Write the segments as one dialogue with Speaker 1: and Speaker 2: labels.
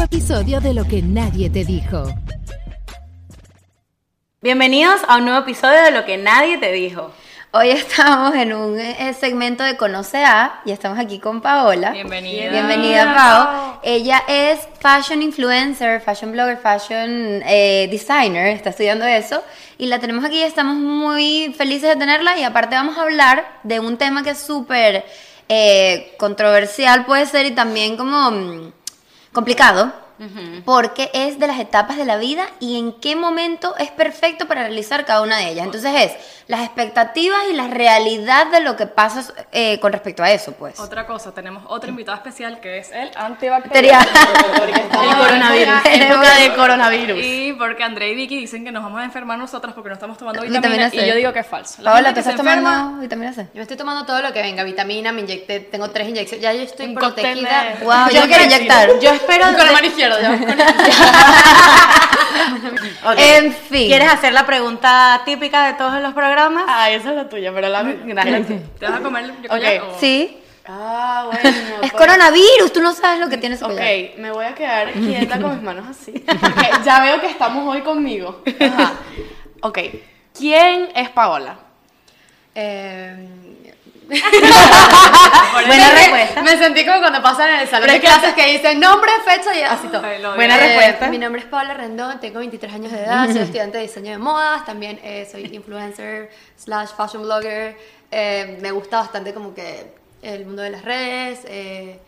Speaker 1: episodio de Lo que nadie te dijo.
Speaker 2: Bienvenidos a un nuevo episodio de Lo que nadie te dijo.
Speaker 3: Hoy estamos en un eh, segmento de Conoce A y estamos aquí con Paola.
Speaker 4: Bienvenida.
Speaker 3: Bienvenida, Pao. Ella es fashion influencer, fashion blogger, fashion eh, designer, está estudiando eso. Y la tenemos aquí, estamos muy felices de tenerla y aparte vamos a hablar de un tema que es súper eh, controversial, puede ser, y también como mm, complicado. Porque es de las etapas de la vida y en qué momento es perfecto para realizar cada una de ellas. Entonces es las expectativas y la realidad de lo que pasa eh, con respecto a eso, pues.
Speaker 4: Otra cosa, tenemos otro invitado especial que es el
Speaker 3: Sería-
Speaker 4: antibacterial.
Speaker 2: El coronavirus.
Speaker 3: Época de
Speaker 2: coronavirus.
Speaker 4: Y porque André y Vicky dicen que nos vamos a enfermar nosotras porque no estamos tomando
Speaker 3: Vitamina
Speaker 4: vitamina,
Speaker 3: C.
Speaker 4: y yo digo que es falso. La
Speaker 3: Paola, ¿te
Speaker 4: gente que se
Speaker 3: estás
Speaker 4: enferma,
Speaker 3: tomando vitamina C?
Speaker 5: Yo me estoy tomando todo lo que venga, vitamina, me inyecté, tengo tres inyecciones, ya yo estoy
Speaker 4: Un cóctel
Speaker 5: protegida.
Speaker 4: de-
Speaker 3: Wow, yo
Speaker 5: Yo
Speaker 3: quiero
Speaker 5: espero-
Speaker 3: inyectar.
Speaker 5: Yo espero...
Speaker 4: Con la mano izquierda, ya.
Speaker 2: Ok.
Speaker 3: En fin.
Speaker 2: ¿Quieres hacer la pregunta típica de todos los programas?
Speaker 5: Ah, esa es la tuya, pero la mía.
Speaker 4: ¿Te vas a comer el yocoyal
Speaker 5: Ok.
Speaker 4: o-
Speaker 3: Sí.
Speaker 5: Ah, bueno.
Speaker 3: Es coronavirus, tú no sabes lo que tienes.
Speaker 5: Ok, me voy a quedar quieta con mis manos así. Porque ya veo que estamos hoy conmigo. Ajá. Ok, ¿quién es Paola? Em,
Speaker 2: Buena respuesta.
Speaker 5: Me sentí como cuando pasan en el salón
Speaker 2: Pero
Speaker 5: de
Speaker 2: es que-
Speaker 5: clases que dicen nombre, fecha y así todo.
Speaker 4: Ay, lo odio.
Speaker 2: Buena
Speaker 5: Eh,
Speaker 2: respuesta.
Speaker 5: Mi nombre es Paola Rendón, tengo 23 años de edad, soy estudiante de diseño de modas, también eh, soy influencer slash fashion blogger. eh, me gusta bastante como que el mundo de las redes. eh,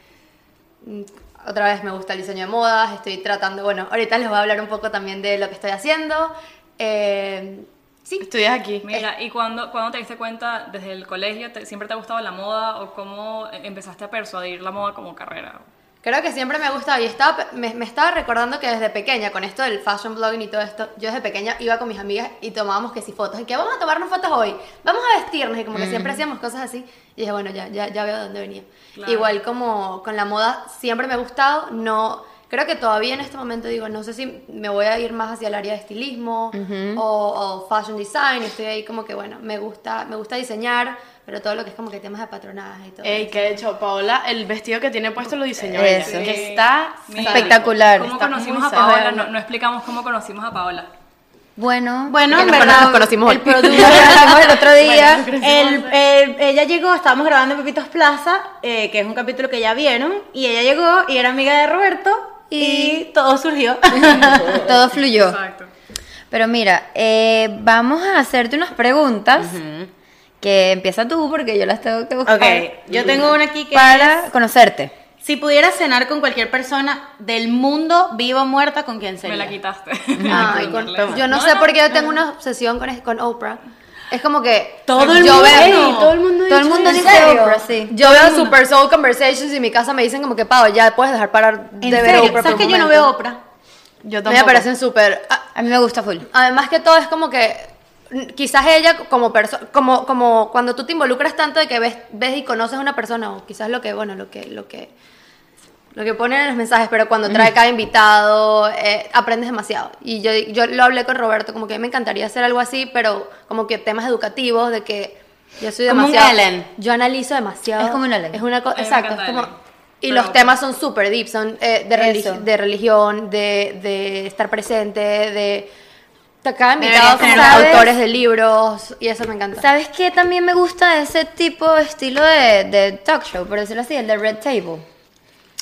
Speaker 5: mm, otra vez me gusta el diseño de modas, estoy tratando, bueno, ahorita les voy a hablar un poco también de lo que estoy haciendo. eh, sí.
Speaker 2: Estudias aquí.
Speaker 4: Mira, ¿y cuándo, cuándo te diste cuenta desde el colegio? te- ¿Siempre te ha gustado la moda o cómo empezaste a persuadir la moda como carrera?
Speaker 5: Creo que siempre me ha gustado y estaba, pe- me, me estaba recordando que desde pequeña, con esto del fashion blogging y todo esto, yo desde pequeña iba con mis amigas y tomábamos que si fotos, y que vamos a tomarnos fotos hoy, vamos a vestirnos y como que siempre hacíamos cosas así y dije, bueno, ya, ya, ya veo de dónde venía.
Speaker 4: Claro.
Speaker 5: Igual como con la moda siempre me ha gustado, no, creo que todavía en este momento digo, no sé si me voy a ir más hacia el área de estilismo o, o fashion design, estoy ahí como que bueno, me gusta, me gusta diseñar, pero todo lo que es como que temas de patronaje y todo.
Speaker 6: Ey, que de hecho, Paola, el vestido que tiene puesto lo diseñó
Speaker 3: Eso.
Speaker 6: ella. Que está
Speaker 4: Mira,
Speaker 3: Espectacular.
Speaker 4: ¿Cómo
Speaker 6: Está
Speaker 4: conocimos
Speaker 6: muy
Speaker 4: a Paola?
Speaker 6: sabroso.
Speaker 4: No, no explicamos cómo conocimos a Paola.
Speaker 3: Bueno.
Speaker 2: Bueno,
Speaker 5: Que
Speaker 2: en
Speaker 5: nos cono-
Speaker 2: verdad,
Speaker 5: nos conocimos
Speaker 2: el
Speaker 5: hoy.
Speaker 2: producto-
Speaker 3: Lo hablamos el otro día.
Speaker 2: el- el- ella llegó, estábamos grabando en Pepitos Plaza, eh, que es un capítulo que ya vieron, y ella llegó y era amiga de Roberto y, todo surgió.
Speaker 3: Todo fluyó.
Speaker 4: Exacto.
Speaker 3: Pero mira, eh, vamos a hacerte unas preguntas que empieza tú porque yo las tengo que buscar.
Speaker 2: ok, yo tengo una aquí que
Speaker 3: Para conocerte.
Speaker 2: es, si pudieras cenar con cualquier persona del mundo, viva o muerta, ¿con quién sería?
Speaker 4: Me la quitaste.
Speaker 5: Ay, Ah, con- yo no, sé por qué yo tengo una obsesión con, con Oprah. Es como que
Speaker 2: Todo el
Speaker 5: yo
Speaker 2: mundo.
Speaker 5: veo-
Speaker 2: Ey, todo el
Speaker 5: mundo
Speaker 3: Todo el mundo
Speaker 5: eso.
Speaker 3: dice
Speaker 5: ¿En serio?
Speaker 3: Oprah, sí.
Speaker 5: Yo veo Super Soul Conversations y en mi casa me dicen como que Pau, ya puedes dejar parar de
Speaker 2: ¿En
Speaker 5: ver
Speaker 2: serio?
Speaker 5: Oprah.
Speaker 2: ¿Sabes
Speaker 5: por
Speaker 2: que
Speaker 5: un
Speaker 2: yo no
Speaker 5: momento.
Speaker 2: veo Oprah?
Speaker 6: Yo
Speaker 5: Me
Speaker 6: tampoco.
Speaker 5: parecen súper. ah, a-
Speaker 3: A mí me gusta full.
Speaker 5: Además que todo es como que mm, quizás ella como persona como como cuando tú te involucras tanto de que ves ves y conoces a una persona o quizás lo que bueno lo que lo que lo que ponen en los mensajes pero cuando trae cada invitado eh, aprendes demasiado y yo yo lo hablé con Roberto como que me encantaría hacer algo así pero como que temas educativos de que yo soy
Speaker 2: Como un
Speaker 5: demasiado
Speaker 2: Ellen.
Speaker 5: yo analizo demasiado
Speaker 3: Es como un Ellen.
Speaker 5: es una co-
Speaker 4: A mí me
Speaker 5: exacto
Speaker 4: encanta
Speaker 5: es como-
Speaker 4: Ellen.
Speaker 5: y
Speaker 4: Pero-
Speaker 5: los temas son súper deep, son eh, de, religi-
Speaker 3: Eso.
Speaker 5: de religión, de, de estar presente, de cada
Speaker 3: Deberías
Speaker 5: invitado
Speaker 3: tener
Speaker 5: son
Speaker 3: ¿sabes?
Speaker 5: autores de libros y eso me encanta.
Speaker 3: ¿Sabes qué? También me gusta ese tipo, estilo de, de talk show, por decirlo así, el de Red Table.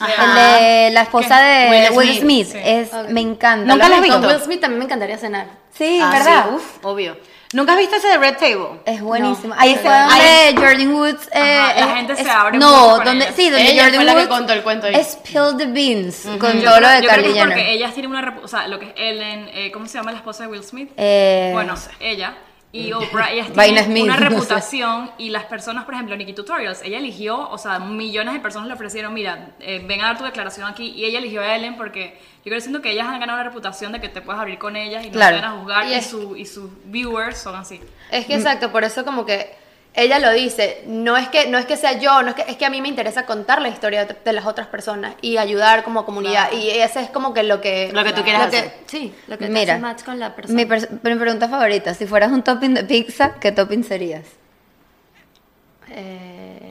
Speaker 2: Ajá.
Speaker 3: El de la esposa de Will Smith.
Speaker 4: Sí.
Speaker 3: Es, Me encanta.
Speaker 2: Nunca las
Speaker 3: Lo has
Speaker 2: vi.
Speaker 3: visto?
Speaker 5: Con Will Smith también me encantaría cenar.
Speaker 3: Sí,
Speaker 2: Ah,
Speaker 3: ¿verdad?
Speaker 2: sí,
Speaker 3: Uf.
Speaker 2: obvio. ¿nunca has visto ese de Red Table?
Speaker 3: Es buenísimo. ahí fue donde Jordan Woods. eh,
Speaker 4: Ajá, la
Speaker 3: eh,
Speaker 4: gente se
Speaker 3: es-
Speaker 4: abre mucho
Speaker 3: No,
Speaker 4: con
Speaker 3: donde,
Speaker 4: ella.
Speaker 3: sí, donde
Speaker 6: Ella
Speaker 3: Jordan
Speaker 6: fue la que
Speaker 3: Woods
Speaker 6: contó el cuento ahí.
Speaker 3: Spill the beans con
Speaker 4: Yo
Speaker 3: todo lo
Speaker 4: creo-
Speaker 3: de
Speaker 4: yo creo que
Speaker 3: Kylie
Speaker 4: es
Speaker 3: Jenner.
Speaker 4: Porque ellas tienen una. repu- O sea, lo que es Ellen. eh, ¿Cómo se llama la esposa de Will Smith?
Speaker 3: Eh,
Speaker 4: bueno, no sé, ella. Y Oprah, ellas
Speaker 3: Vaina
Speaker 4: tienen
Speaker 3: Smith,
Speaker 4: una
Speaker 3: no sé.
Speaker 4: reputación y las personas, por ejemplo, Nikki Tutorials, ella eligió, o sea, millones de personas le ofrecieron, mira, eh, ven a dar tu declaración aquí y ella eligió a Ellen porque yo creo siento que ellas han ganado la reputación de que te puedes abrir con ellas y no
Speaker 3: Claro.
Speaker 4: te van a juzgar
Speaker 5: Y
Speaker 4: y,
Speaker 5: es-
Speaker 4: su- y sus viewers son así.
Speaker 5: Es que exacto, por eso como que ella lo dice, no es que no es que sea yo, no es que es que a mí me interesa contar la historia de, de las otras personas y ayudar como comunidad y ese es como que lo que
Speaker 2: Lo que tú quieras
Speaker 5: que-
Speaker 2: hacer.
Speaker 5: sí, lo que te
Speaker 3: Mira,
Speaker 5: hace match con la persona.
Speaker 3: mi, pers- mi pregunta favorita: si fueras un topping de pizza, ¿qué topping serías?
Speaker 5: Eh,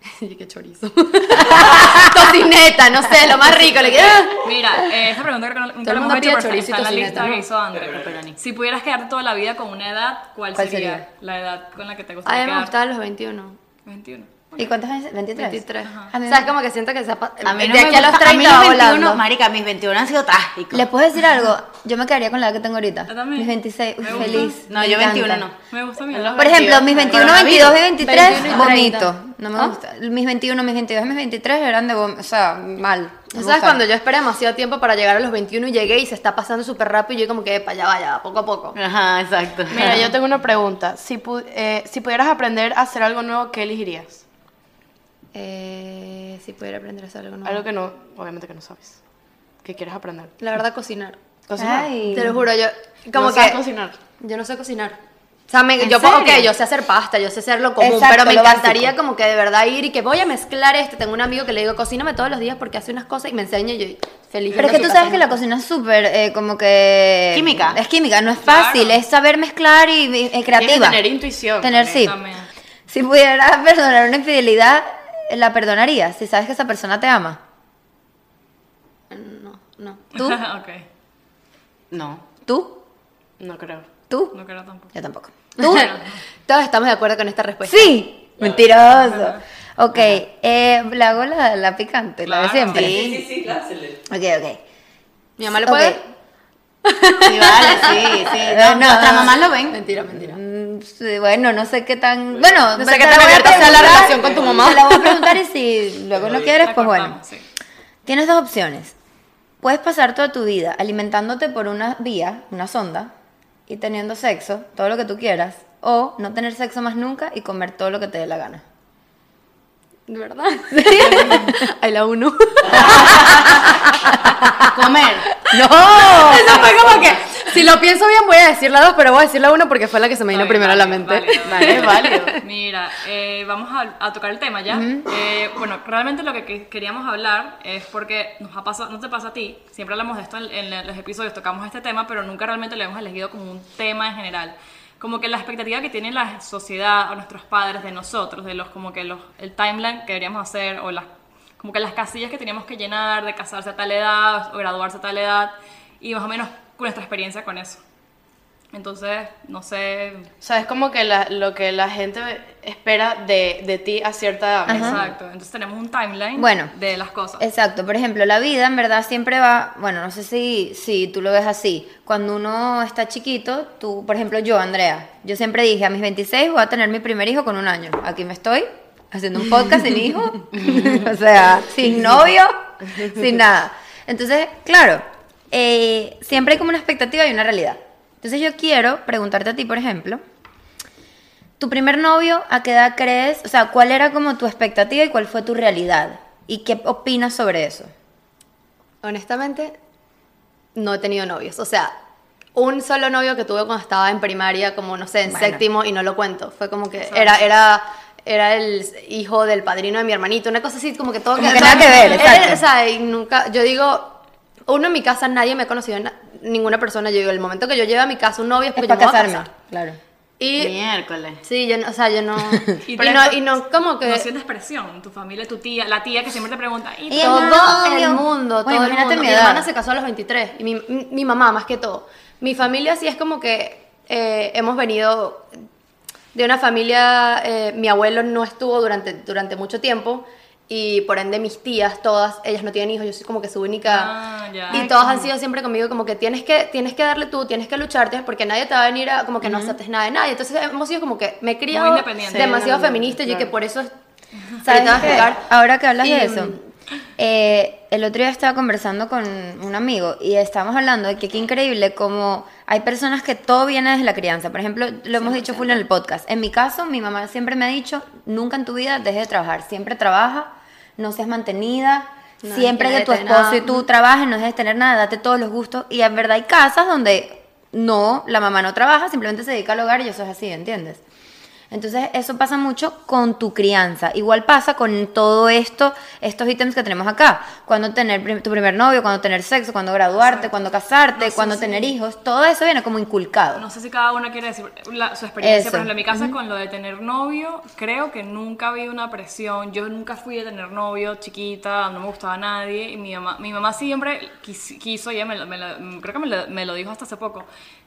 Speaker 5: Y qué chorizo. Tocineta, no sé, lo más rico. Le quedé.
Speaker 4: Mira, eh, esta pregunta creo que no- nunca
Speaker 5: Todo el
Speaker 4: la
Speaker 5: mundo
Speaker 4: hemos hecho,
Speaker 5: pide
Speaker 4: pero está-
Speaker 5: chorizo y
Speaker 4: está en la
Speaker 5: tocineta,
Speaker 4: lista
Speaker 5: ¿no?
Speaker 4: que hizo André. Si pudieras quedarte toda la vida con una edad, ¿cuál,
Speaker 3: ¿Cuál
Speaker 4: sería,
Speaker 3: sería?
Speaker 4: la edad con la que te
Speaker 5: A
Speaker 4: gustaría
Speaker 5: mí me
Speaker 4: quedarte?
Speaker 5: gustaban los 21.
Speaker 4: 21.
Speaker 3: ¿Y cuántas veces? 23.
Speaker 5: 23.
Speaker 3: Ajá.
Speaker 5: O sea, es como que siento que se ha pa-
Speaker 2: A mí no
Speaker 5: de
Speaker 2: me
Speaker 5: aquí a los
Speaker 2: gusta-
Speaker 5: 30
Speaker 2: a mí los
Speaker 5: va
Speaker 2: 21,
Speaker 5: volando.
Speaker 2: marica, mis 21 han sido trágicos.
Speaker 3: ¿Les puedo decir algo? Yo me quedaría con la edad que tengo ahorita.
Speaker 4: Yo también.
Speaker 3: Mis 26, uy,
Speaker 4: Me gusta.
Speaker 3: feliz.
Speaker 2: No,
Speaker 3: me
Speaker 2: yo 21
Speaker 3: encanta.
Speaker 2: no.
Speaker 4: Me gusta mi
Speaker 6: En
Speaker 4: edad.
Speaker 6: los
Speaker 3: Por ejemplo, mis 21, 22 y 23,
Speaker 5: 21 y 30.
Speaker 3: vomito. No me gusta. Mis 21, mis 22 y mis 23 eran de vom- O sea, mal. No me
Speaker 5: ¿Sabes
Speaker 3: gustaban.
Speaker 5: cuando yo esperé demasiado tiempo para llegar a los 21 y llegué y se está pasando súper rápido y yo como que, para allá vaya, poco a poco?
Speaker 2: Ajá, exacto.
Speaker 6: Mira, yo tengo una pregunta. Si, pu- eh, si pudieras aprender a hacer algo nuevo, ¿qué elegirías?
Speaker 5: Eh, si pudiera aprender a hacer algo nuevo.
Speaker 6: Algo que no, obviamente que no sabes. ¿Qué quieres aprender?
Speaker 5: La verdad, cocinar.
Speaker 6: Cocinar.
Speaker 3: Ay.
Speaker 5: Te lo juro, yo como
Speaker 6: Mm. no
Speaker 5: que...
Speaker 6: sabes cocinar.
Speaker 5: Yo no sé cocinar. O sea, me-
Speaker 3: ¿En
Speaker 5: yo, puedo-
Speaker 3: serio?
Speaker 5: ok, yo sé hacer pasta, yo sé hacer lo común,
Speaker 3: Exacto,
Speaker 5: pero me
Speaker 3: lo
Speaker 5: encantaría
Speaker 3: básico.
Speaker 5: como que de verdad ir y que voy a mezclar este. Tengo un amigo que le digo, cocíname todos los días porque hace unas cosas y me enseña y yo feliz.
Speaker 3: Pero es
Speaker 5: viendo
Speaker 3: que tú
Speaker 5: su
Speaker 3: sabes
Speaker 5: casa.
Speaker 3: que la cocina es súper, eh, como que...
Speaker 2: Química.
Speaker 3: Es química, no es fácil, es saber mezclar y, y- es
Speaker 6: Tienes que
Speaker 3: creativa.
Speaker 6: tener intuición.
Speaker 3: Tener sí.
Speaker 4: También.
Speaker 3: Si pudieras perdonar una infidelidad, la perdonarías, si sabes que esa persona te ama.
Speaker 5: No, no.
Speaker 3: ¿Tú?
Speaker 4: ok,
Speaker 2: No.
Speaker 3: ¿Tú?
Speaker 6: No creo.
Speaker 3: ¿Tú?
Speaker 4: no quiero tampoco.
Speaker 3: Yo tampoco.
Speaker 5: ¿Tú? Todos estamos de acuerdo con esta respuesta.
Speaker 3: ¡Sí! Mentiroso. Ok, eh, le hago la, la picante, la de
Speaker 4: Claro.
Speaker 3: siempre.
Speaker 2: Sí,
Speaker 3: Ok, ok.
Speaker 5: Mi mamá lo puede.
Speaker 3: Ok.
Speaker 2: sí, vale, sí, sí.
Speaker 3: No,
Speaker 2: No,
Speaker 3: Ah, no.
Speaker 2: nuestras mamás lo ven.
Speaker 5: Ah. Mentira, mentira.
Speaker 3: Mm, sí, Bueno, no sé qué tan. Bueno,
Speaker 5: No sé
Speaker 3: pero
Speaker 5: qué
Speaker 3: te
Speaker 5: tan
Speaker 3: la voy a
Speaker 5: abierta sea la
Speaker 3: preguntar.
Speaker 5: relación con tu mamá.
Speaker 3: Te la voy a preguntar y si luego no quieres,
Speaker 4: La
Speaker 3: pues bueno.
Speaker 4: cortamos, sí.
Speaker 3: Tienes dos opciones. Puedes pasar toda tu vida alimentándote por una vía, una sonda, y teniendo sexo, todo lo que tú quieras, o no tener sexo más nunca y comer todo lo que te dé la gana.
Speaker 5: ¿De verdad? Ahí la uno.
Speaker 2: Comer.
Speaker 5: ¡No! Eso fue como que. Si lo pienso bien, voy a decir la dos, pero voy a decir la uno porque fue la que se me vino
Speaker 4: Está bien,
Speaker 5: primero a la
Speaker 4: válido,
Speaker 5: mente.
Speaker 4: válido,
Speaker 2: Vale,
Speaker 4: válido. Mira, eh, vamos a, a tocar el tema ya. Eh, bueno, realmente lo que que queríamos hablar es porque nos ha pasado, no te pasa a ti, siempre hablamos de esto en, en los episodios, tocamos este tema, pero nunca realmente lo hemos elegido como un tema en general. Como que la expectativa que tiene la sociedad o nuestros padres de nosotros, de los como que los, el timeline que deberíamos hacer o las como que las casillas que teníamos que llenar de casarse a tal edad o graduarse a tal edad y más o menos nuestra experiencia con eso. Entonces, no sé,
Speaker 6: O sea, es como que la- lo que la gente espera de, de ti a cierta edad. ¿no?
Speaker 4: Exacto, entonces tenemos un timeline
Speaker 3: Bueno.
Speaker 4: de las cosas.
Speaker 3: Exacto, por ejemplo, la vida en verdad siempre va, bueno, no sé si, si tú lo ves así, cuando uno está chiquito, tú, por ejemplo, yo, Andrea, yo siempre dije, a mis 26 voy a tener mi primer hijo con un año, aquí me estoy haciendo un podcast sin hijo, o sea, sin novio, sin nada. Entonces, claro, eh, siempre hay como una expectativa y una realidad. Entonces yo quiero preguntarte a ti, por ejemplo, ¿Tu primer novio a qué edad crees? O sea, ¿cuál era como tu expectativa y cuál fue tu realidad? ¿Y qué opinas sobre eso?
Speaker 5: Honestamente, no he tenido novios. O sea, un solo novio que tuve cuando estaba en primaria, como no sé, en séptimo, y no lo cuento. Fue como que era, era, era el hijo del padrino de mi hermanito, una cosa así, como que todo
Speaker 3: Como que nada que ver,
Speaker 5: Era-
Speaker 3: exacto.
Speaker 5: o sea, y nunca, yo digo, uno en mi casa nadie me ha conocido, na- ninguna persona. Yo digo, el momento que yo lleve a mi casa un novio es
Speaker 3: Es
Speaker 5: porque yo
Speaker 3: para
Speaker 5: me voy a
Speaker 3: casarme.
Speaker 5: casar.
Speaker 3: Claro.
Speaker 5: Y
Speaker 2: Miércoles.
Speaker 5: sí, yo no, o sea, yo no. y,
Speaker 4: Pero
Speaker 5: no
Speaker 4: esto-
Speaker 5: y no, como que.
Speaker 4: No sientes presión, tu familia, tu tía, la tía que siempre te pregunta,
Speaker 3: Y
Speaker 4: ¿y tú?
Speaker 3: el
Speaker 5: todo
Speaker 3: novio.
Speaker 5: el
Speaker 3: Bueno,
Speaker 5: mundo, todo el
Speaker 3: imagínate
Speaker 5: mundo.
Speaker 3: mi
Speaker 5: Mi,
Speaker 3: edad.
Speaker 5: hermana se casó a los 23 y mi, mi- mi mamá más que todo. Mi familia sí es como que eh, hemos venido de una familia, eh, mi abuelo no estuvo durante, durante mucho tiempo y por ende mis tías, todas, ellas no tienen hijos, yo soy como que su única...
Speaker 4: Ah, ya.
Speaker 5: Y todas han sido siempre conmigo como que tienes que, tienes que darle tú, tienes que lucharte porque nadie te va a venir a como que no aceptes nada de nadie. Entonces hemos sido como que me he criado
Speaker 4: independiente.
Speaker 5: demasiado
Speaker 6: Sí,
Speaker 5: feminista y que
Speaker 6: claro.
Speaker 5: por eso... es-
Speaker 3: ¿Sabes
Speaker 5: Ahorita vas a
Speaker 3: qué? Ah,
Speaker 5: explicar.
Speaker 3: Ahora que hablas de
Speaker 5: Y, mm,
Speaker 3: eso, eh, el otro día estaba conversando con un amigo y estábamos hablando de que qué increíble como hay personas que todo viene desde la crianza. Por ejemplo, lo hemos dicho full en el podcast. En mi caso, mi mamá siempre me ha dicho, nunca en tu vida dejes de trabajar. Siempre trabaja, no seas mantenida,
Speaker 5: No,
Speaker 3: siempre
Speaker 5: que
Speaker 3: que tu
Speaker 5: nadie te dé
Speaker 3: esposo
Speaker 5: nada.
Speaker 3: y tú trabajes, no dejes de tener nada, date todos los gustos. Y en verdad hay casas donde no, la mamá no trabaja, simplemente se dedica al hogar y eso es así, ¿entiendes? Entonces eso pasa mucho con tu crianza. Igual pasa con todo esto, estos ítems que tenemos acá. Cuando tener prim- tu primer novio, cuando tener sexo, cuando graduarte, cuando casarte, cuando tener hijos, todo eso viene como inculcado.
Speaker 4: No sé si cada una quiere decir la- su experiencia,
Speaker 3: Eso.
Speaker 4: por ejemplo, en mi casa con lo de tener novio, creo que nunca había una presión. Yo nunca fui de tener novio chiquita, no me gustaba a nadie. Y mi mamá, mi mamá siempre quis- quiso, ella me lo- me lo- creo que me lo, me lo dijo hasta hace poco.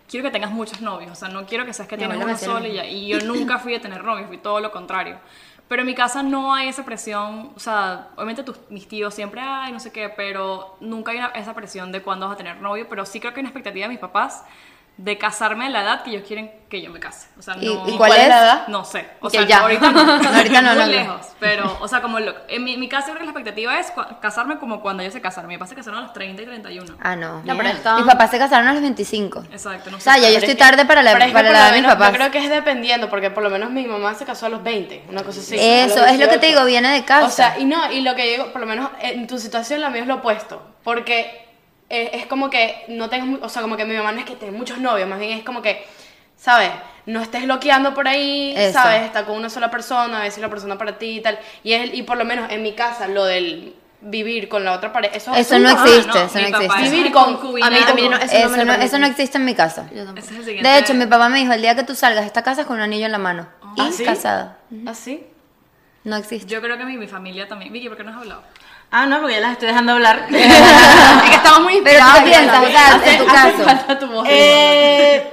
Speaker 4: Quiero que tengas muchos novios, o sea, no quiero que seas que tienes
Speaker 3: abuela me
Speaker 4: uno
Speaker 3: hacía lo
Speaker 4: solo y ya. Y yo nunca fui de tener novios, fui todo lo contrario. Pero en mi casa no hay esa presión, o sea, obviamente tus, mis tíos siempre hay, no sé qué, pero nunca hay una- esa presión de cuándo vas a tener novio, pero sí creo que hay una expectativa de mis papás de casarme a la edad que ellos quieren que yo me case. O sea, no,
Speaker 3: ¿Y- y cuál es?
Speaker 5: la edad?
Speaker 4: No sé, o
Speaker 3: Que
Speaker 4: sea,
Speaker 3: ya.
Speaker 4: ahorita no,
Speaker 3: Ahorita no,
Speaker 4: muy
Speaker 3: no, no.
Speaker 4: lejos, pero, o sea, como lo- en mi, mi casa creo que la expectativa es cua- casarme como cuando ellos se casaron, mi papá se casaron a los 30 y 31.
Speaker 3: Ah, no.
Speaker 5: No, pero
Speaker 3: Mira.
Speaker 5: están-
Speaker 3: Mis papás se casaron a los 25.
Speaker 4: Exacto, no
Speaker 3: O
Speaker 4: sé.
Speaker 3: sea, ya yo estoy tarde para la,
Speaker 6: Pero es que
Speaker 3: para
Speaker 6: por
Speaker 3: la
Speaker 6: lo
Speaker 3: edad de mis
Speaker 6: menos-
Speaker 3: papás.
Speaker 6: Yo creo que es dependiendo, porque por lo menos mi mamá se casó a los 20, una cosa así.
Speaker 3: Eso,
Speaker 6: a los
Speaker 3: es lo que te
Speaker 6: 18.
Speaker 3: digo, viene de casa.
Speaker 6: O sea, y no, y lo que digo, por lo menos en tu situación la mía es lo opuesto, porque eh, es, como que no tengas, mu- o sea, como que mi mamá no es que tenga muchos novios, más bien es como que, ¿sabes? No estés loqueando por ahí,
Speaker 3: Eso.
Speaker 6: ¿sabes? Está con una sola persona, a ver si es la persona para ti y tal. Y, es, y por lo menos en mi casa, lo del vivir con la otra pareja, eso, es
Speaker 3: Eso
Speaker 6: un
Speaker 3: no
Speaker 6: tabú.
Speaker 3: existe,
Speaker 4: Ah, no,
Speaker 3: eso no
Speaker 4: mi papá
Speaker 3: existe.
Speaker 4: es
Speaker 6: Vivir
Speaker 4: el
Speaker 6: con-
Speaker 4: concubinato.
Speaker 6: a mí- a mí no-
Speaker 3: Eso,
Speaker 6: me lo
Speaker 3: no,
Speaker 6: permite.
Speaker 3: eso no existe en mi casa.
Speaker 4: Ese es el siguiente.
Speaker 3: De hecho, mi papá me dijo, el día que tú salgas de esta casa es con un anillo en la mano. y
Speaker 6: ¿Ah, sí?
Speaker 3: casada.
Speaker 6: ¿Así?
Speaker 3: No existe.
Speaker 4: Yo creo que mi, mi familia también. Vicky, ¿por qué no has hablado?
Speaker 2: Ah, no, porque ya las estoy dejando hablar.
Speaker 6: Es que estamos muy
Speaker 3: Pero tú
Speaker 6: inspirados
Speaker 3: qué piensas, o sea, en tu caso.
Speaker 6: tu voz.
Speaker 2: Eh,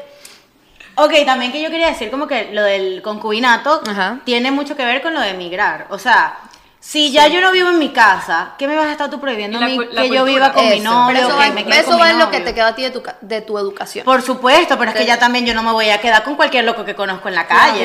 Speaker 2: ok, también que yo quería decir como que lo del concubinato
Speaker 3: Ajá.
Speaker 2: tiene mucho que ver con lo de emigrar. O sea, si ya yo no vivo en mi casa, ¿qué me vas a estar tú prohibiendo
Speaker 4: Y la
Speaker 2: a mí
Speaker 4: cu- la
Speaker 2: que yo
Speaker 4: cultura.
Speaker 2: viva con mi
Speaker 3: Eso.
Speaker 2: novio?
Speaker 5: Pero eso
Speaker 2: que
Speaker 5: va,
Speaker 2: me quede
Speaker 5: eso
Speaker 2: con mi
Speaker 5: va en lo
Speaker 2: novio?
Speaker 5: que te queda a ti de tu, ca- de tu educación.
Speaker 2: Por supuesto, pero es que ya también yo no me voy a quedar con cualquier loco que conozco en la calle. ¿me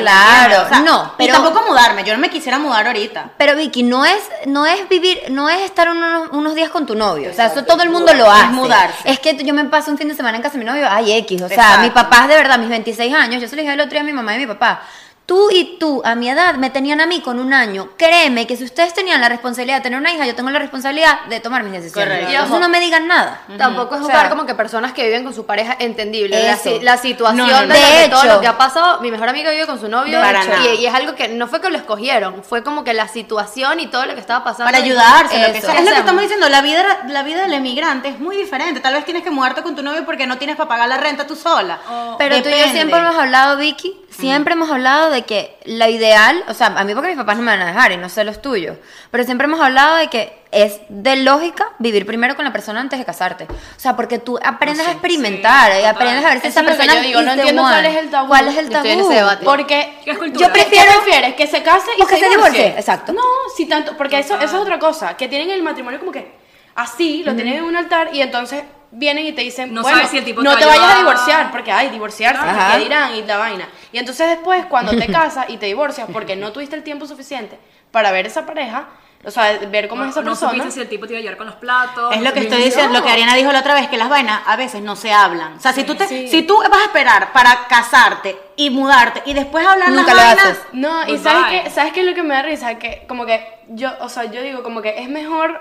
Speaker 2: entiendes?
Speaker 3: Claro,
Speaker 2: O sea,
Speaker 3: no,
Speaker 2: Y
Speaker 3: pero-
Speaker 2: tampoco mudarme, yo no me quisiera mudar ahorita.
Speaker 3: Pero Vicky, no es, no es vivir, no es estar unos, unos días con tu novio. O sea, eso todo el mundo lo hace.
Speaker 2: Es mudarse.
Speaker 3: Es que yo me paso un fin de semana en casa de mi novio, ay X. O sea,
Speaker 2: Exacto.
Speaker 3: mi papá es de verdad, mis 26 años, yo se lo dije el otro día a mi mamá y a mi papá. Tú y tú, a mi edad, me tenían a mí con un año. Créeme que si ustedes tenían la responsabilidad de tener una hija, yo tengo la responsabilidad de tomar mis decisiones.
Speaker 2: Correcto.
Speaker 3: Entonces no me digan nada.
Speaker 5: Tampoco es
Speaker 3: O
Speaker 5: jugar
Speaker 3: sea,
Speaker 5: como que personas que viven con su pareja entendible. La,
Speaker 3: Eso.
Speaker 5: si- la situación
Speaker 3: No, no, no.
Speaker 5: de, lo
Speaker 3: De
Speaker 5: que todo
Speaker 3: hecho.
Speaker 5: lo que ha pasado. Mi mejor amiga vive con su novio.
Speaker 2: De Para hecho. nada.
Speaker 5: y, y es algo que no fue que lo escogieron. Fue como que la situación y todo lo que estaba pasando.
Speaker 2: Para ayudarse, lo que
Speaker 5: Eso.
Speaker 2: sea. Es lo que
Speaker 5: Eso.
Speaker 2: estamos diciendo, la vida, la vida del emigrante es muy diferente. Tal vez tienes que mudarte con tu novio porque no tienes para pagar la renta tú sola.
Speaker 3: Pero tú y yo
Speaker 2: Depende.
Speaker 3: siempre hemos hablado, Vicky, siempre hemos hablado de que la ideal, o sea, a mí porque mis papás no me van a dejar y no sé los tuyos, pero siempre hemos hablado de que es de lógica vivir primero con la persona antes de casarte. O sea, porque tú aprendes a experimentar y aprendes a ver si esa
Speaker 6: Eso es lo que
Speaker 3: persona
Speaker 6: yo digo, no
Speaker 3: is the
Speaker 6: entiendo
Speaker 3: one.
Speaker 6: cuál es el tabú.
Speaker 3: ¿Cuál es el
Speaker 5: Yo estoy
Speaker 3: tabú?
Speaker 5: en ese debate.
Speaker 6: Porque
Speaker 4: ¿Qué es cultura?
Speaker 6: yo prefiero ¿Qué prefieres que se case y
Speaker 3: O que se divorcie, exacto.
Speaker 6: No, si tanto, porque eso,
Speaker 4: Ah.
Speaker 6: eso es otra cosa, que tienen el matrimonio como que así, lo tienen en un altar y entonces vienen y te dicen,
Speaker 4: No
Speaker 6: bueno,
Speaker 4: sabes si el tipo
Speaker 6: no
Speaker 4: te
Speaker 6: te,
Speaker 4: va a
Speaker 6: vayas a
Speaker 4: ayudar".
Speaker 6: divorciar, porque ay, divorciarse,
Speaker 3: Ajá.
Speaker 6: ¿qué dirán? Y la vaina. Y entonces después cuando te casas y te divorcias porque no tuviste el tiempo suficiente para ver esa pareja, o sea, ver cómo es esa
Speaker 4: no
Speaker 6: persona.
Speaker 4: supiste si el tipo te iba a ayudar con los platos.
Speaker 2: Es
Speaker 4: no
Speaker 2: lo que
Speaker 4: supiste-
Speaker 2: estoy diciendo, lo que Ariana dijo la otra vez, que las vainas a veces no se hablan. O sea, si tú te, si tú vas a esperar para casarte y mudarte y después hablar
Speaker 3: Nunca lo
Speaker 2: las vainas,
Speaker 3: haces.
Speaker 6: No, y
Speaker 4: Goodbye.
Speaker 6: sabes que, sabes que lo que me da risa, que como que yo, o sea, yo digo como que es mejor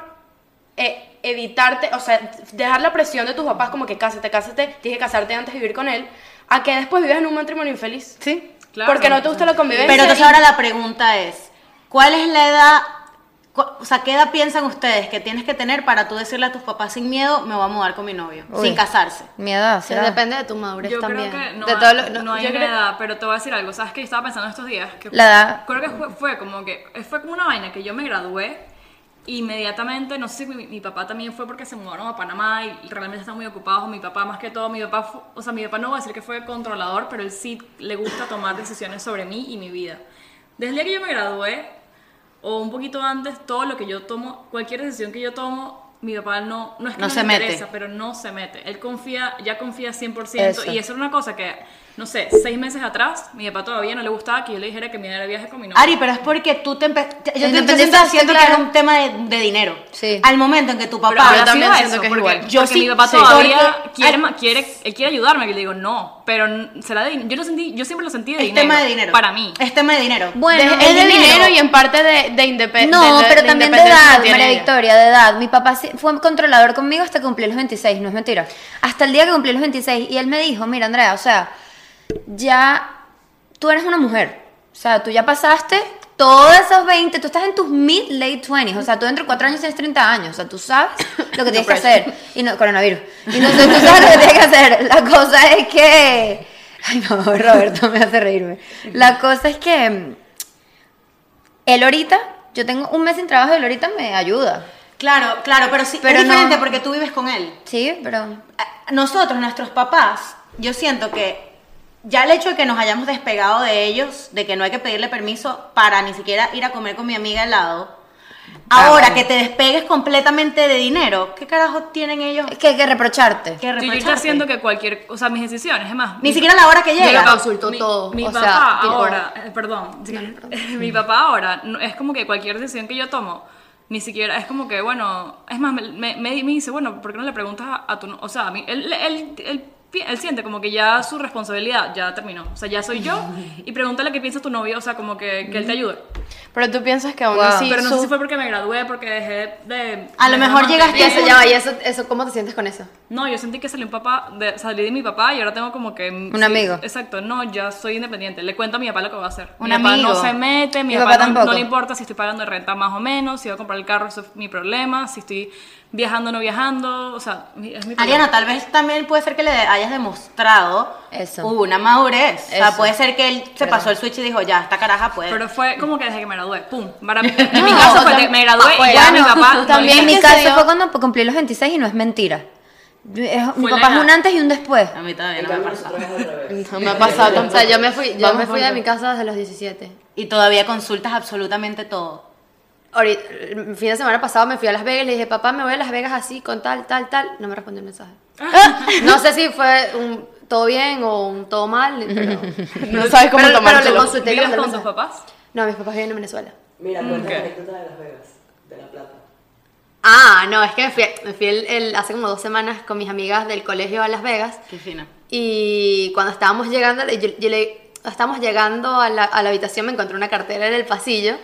Speaker 6: eh, evitarte, o sea, dejar la presión de tus papás como que cásate, cásate, tienes que casarte antes de vivir con él, a que después vivas en un matrimonio infeliz.
Speaker 2: Sí.
Speaker 4: Claro.
Speaker 6: Porque no te gusta la convivencia.
Speaker 2: Pero entonces
Speaker 6: y-
Speaker 2: ahora la pregunta es, ¿cuál es la edad, cu- o sea, qué edad piensan ustedes que tienes que tener para tú decirle a tus papás sin miedo, me voy a mudar con mi novio,
Speaker 3: Uy.
Speaker 2: sin casarse?
Speaker 3: Mi edad,
Speaker 5: Sí,
Speaker 3: ¿será?
Speaker 5: depende de tu madurez
Speaker 4: Yo
Speaker 5: también.
Speaker 4: creo que no,
Speaker 5: de
Speaker 4: ha-
Speaker 5: todo lo-
Speaker 4: no,
Speaker 5: no-
Speaker 4: hay
Speaker 5: yo
Speaker 4: una
Speaker 5: creo-
Speaker 4: edad, pero te voy a decir algo. ¿Sabes que Estaba pensando estos días. Que
Speaker 3: La edad.
Speaker 4: Creo que fue, fue como que fue como una vaina que yo me gradué inmediatamente, no sé si mi, mi papá también fue porque se mudaron a Panamá y realmente están muy ocupados, o mi papá más que todo, mi papá, fu- o sea, mi papá no voy a decir que fue controlador, pero él sí le gusta tomar decisiones sobre mí y mi vida. Desde el día que yo me gradué, o un poquito antes, todo lo que yo tomo, cualquier decisión que yo tomo, mi papá no, no es que
Speaker 2: No
Speaker 4: no,
Speaker 2: se
Speaker 4: le
Speaker 2: mete.
Speaker 4: interesa, pero no se mete. Él confía, ya confía 100%.
Speaker 3: Eso.
Speaker 4: Y eso era una cosa que, no sé, seis meses atrás, mi papá todavía no le gustaba que yo le dijera que me iba a dar de viaje con mi novio.
Speaker 2: Ari, pero es porque tú te empe- yo- Yo, te, yo siento,
Speaker 5: Independizaste,
Speaker 2: siento que
Speaker 5: claro.
Speaker 2: era un tema de, de dinero.
Speaker 3: Sí.
Speaker 2: Al momento en que tu
Speaker 4: Pero
Speaker 2: papá...
Speaker 4: habrá
Speaker 6: también
Speaker 4: sido
Speaker 6: siento que es
Speaker 4: porque,
Speaker 6: igual.
Speaker 2: Yo
Speaker 4: porque
Speaker 2: sí-
Speaker 4: mi papá
Speaker 2: sí.
Speaker 4: todavía
Speaker 2: Porque-
Speaker 4: quiere,
Speaker 2: Ay.
Speaker 4: ma- quiere, él quiere ayudarme, y le digo no, pero n- será de, din- yo lo sentí, yo siempre lo sentí de
Speaker 2: Es
Speaker 4: dinero,
Speaker 2: tema de dinero.
Speaker 4: para mí.
Speaker 2: Es tema de dinero.
Speaker 3: Bueno,
Speaker 6: de- es de dinero.
Speaker 3: dinero
Speaker 6: y en parte de, de independencia.
Speaker 3: No, pero también de edad, María
Speaker 6: Victoria.
Speaker 3: Victoria, de edad. Mi papá sí- fue controlador conmigo hasta que cumplí los 26, no es mentira. Hasta el día que cumplí los 26 y él me dijo, mira Andrea, o sea, ya tú eres una mujer. O sea, tú ya pasaste todos esos 20, tú estás en tus mid late 20s, o sea, tú dentro de 4 años tienes 30 años, o sea, tú sabes lo que tienes que hacer. Y no, coronavirus. Y no sé, tú sabes lo que tienes que hacer. La cosa es que. Ay, no, Roberto me hace reírme. La cosa es que. mm, Él ahorita, yo tengo un mes sin trabajo y él ahorita me ayuda.
Speaker 2: Claro, claro, pero sí,
Speaker 3: Pero
Speaker 2: es diferente
Speaker 3: no.
Speaker 2: porque tú vives con él.
Speaker 3: Sí, pero.
Speaker 2: a- nosotros, nuestros papás, yo siento que ya el hecho de que nos hayamos despegado de ellos, de que no hay que pedirle permiso para ni siquiera ir a comer con mi amiga al lado, ahora que te despegues completamente de dinero, ¿qué carajo tienen ellos
Speaker 3: Es que hay que reprocharte.
Speaker 2: que
Speaker 4: Yo
Speaker 2: reprocharte?
Speaker 4: ya siento que cualquier, o sea, mis decisiones, es más.
Speaker 2: Ni
Speaker 4: mi-
Speaker 2: siquiera la hora que
Speaker 4: mi
Speaker 2: llega.
Speaker 4: papá-
Speaker 5: consultó
Speaker 4: mi-
Speaker 5: todo,
Speaker 4: Mi
Speaker 5: o
Speaker 4: papá
Speaker 5: sea, tipo-
Speaker 4: ahora, eh, perdón, sí, mi papá ahora, no- es como que cualquier decisión que yo tomo, ni siquiera, es como que, bueno, es más, me, me- me dice, bueno, ¿por qué no le preguntas a, a tu, no- o sea, a mí, él, él- él pi- él siente como que ya su responsabilidad ya terminó, o sea, ya soy yo, y pregúntale qué piensa tu novio, o sea, como que, que él te ayude.
Speaker 6: Pero tú piensas que aún
Speaker 3: Wow.
Speaker 6: así.
Speaker 4: Pero no sé
Speaker 6: su-
Speaker 4: si fue porque me gradué, porque dejé de...
Speaker 2: A lo
Speaker 4: de
Speaker 2: mejor
Speaker 4: mamá.
Speaker 2: llegaste a
Speaker 5: Y eso,
Speaker 2: ese-
Speaker 5: ya va, y eso, eso, ¿cómo te sientes con eso?
Speaker 4: No, yo sentí que salí un papá, de, salí de mi papá y ahora tengo como que... Un
Speaker 3: amigo.
Speaker 4: Exacto, no, ya soy independiente. Le cuento a mi papá lo que voy a hacer.
Speaker 2: Un
Speaker 4: mi papá
Speaker 2: amigo.
Speaker 4: no se mete, mi,
Speaker 3: Mi
Speaker 4: papá,
Speaker 3: papá
Speaker 4: no- no,
Speaker 3: tampoco.
Speaker 4: le importa si estoy pagando renta más o menos, si voy a comprar el carro, eso es mi problema, si estoy viajando o no viajando, o sea, mi- es mi problema.
Speaker 2: Ariana, tal vez también puede ser que le hayas demostrado
Speaker 3: Eso.
Speaker 2: una madurez. O sea,
Speaker 3: Eso.
Speaker 2: puede ser que él se pasó el switch y dijo, ya, esta caraja puede.
Speaker 4: Pero fue como que desde que me gradué, pum. Para mí- en mi
Speaker 5: No,
Speaker 4: caso fue
Speaker 5: tam-
Speaker 4: que me gradué y
Speaker 5: bueno,
Speaker 4: ya mi papá... no
Speaker 5: también
Speaker 4: le-
Speaker 3: En mi
Speaker 5: que
Speaker 3: caso
Speaker 5: se dio-
Speaker 3: fue cuando cumplí los 26 y no es mentira. Yo- es- mi
Speaker 4: Fue la
Speaker 3: papá es
Speaker 4: edad.
Speaker 3: un antes y un después.
Speaker 2: a mí todavía no me ha pasado.
Speaker 6: No me ha pasado
Speaker 5: O sea, yo me fui, yo
Speaker 6: Vamos
Speaker 5: me fui
Speaker 6: por-
Speaker 5: de mi casa desde los 17.
Speaker 2: Y todavía consultas absolutamente todo.
Speaker 5: Ahorita, el fin de semana pasado me fui a Las Vegas y le dije, papá, me voy a Las Vegas así, con tal, tal, tal. No me respondió el mensaje.
Speaker 4: Ah.
Speaker 5: No sé si fue un todo bien o un todo mal, pero...
Speaker 6: No sabes cómo
Speaker 5: pero, pero
Speaker 6: tomárselo.
Speaker 5: le consulté. y le
Speaker 4: ¿Vives
Speaker 5: mandé
Speaker 4: con
Speaker 5: el
Speaker 4: tus
Speaker 5: mensaje.
Speaker 4: papás?
Speaker 5: No, mis papás viven en Venezuela.
Speaker 7: Mira, cuenta
Speaker 4: Ok.
Speaker 7: la anécdota de Las Vegas, de La Plata.
Speaker 5: Ah, no, es que me fui, me fui el- el- hace como dos semanas con mis amigas del colegio a Las Vegas
Speaker 2: Qué fina.
Speaker 5: y cuando estábamos llegando, le- yo, yo le- estábamos llegando a la, a la habitación, me encontré una cartera en el pasillo.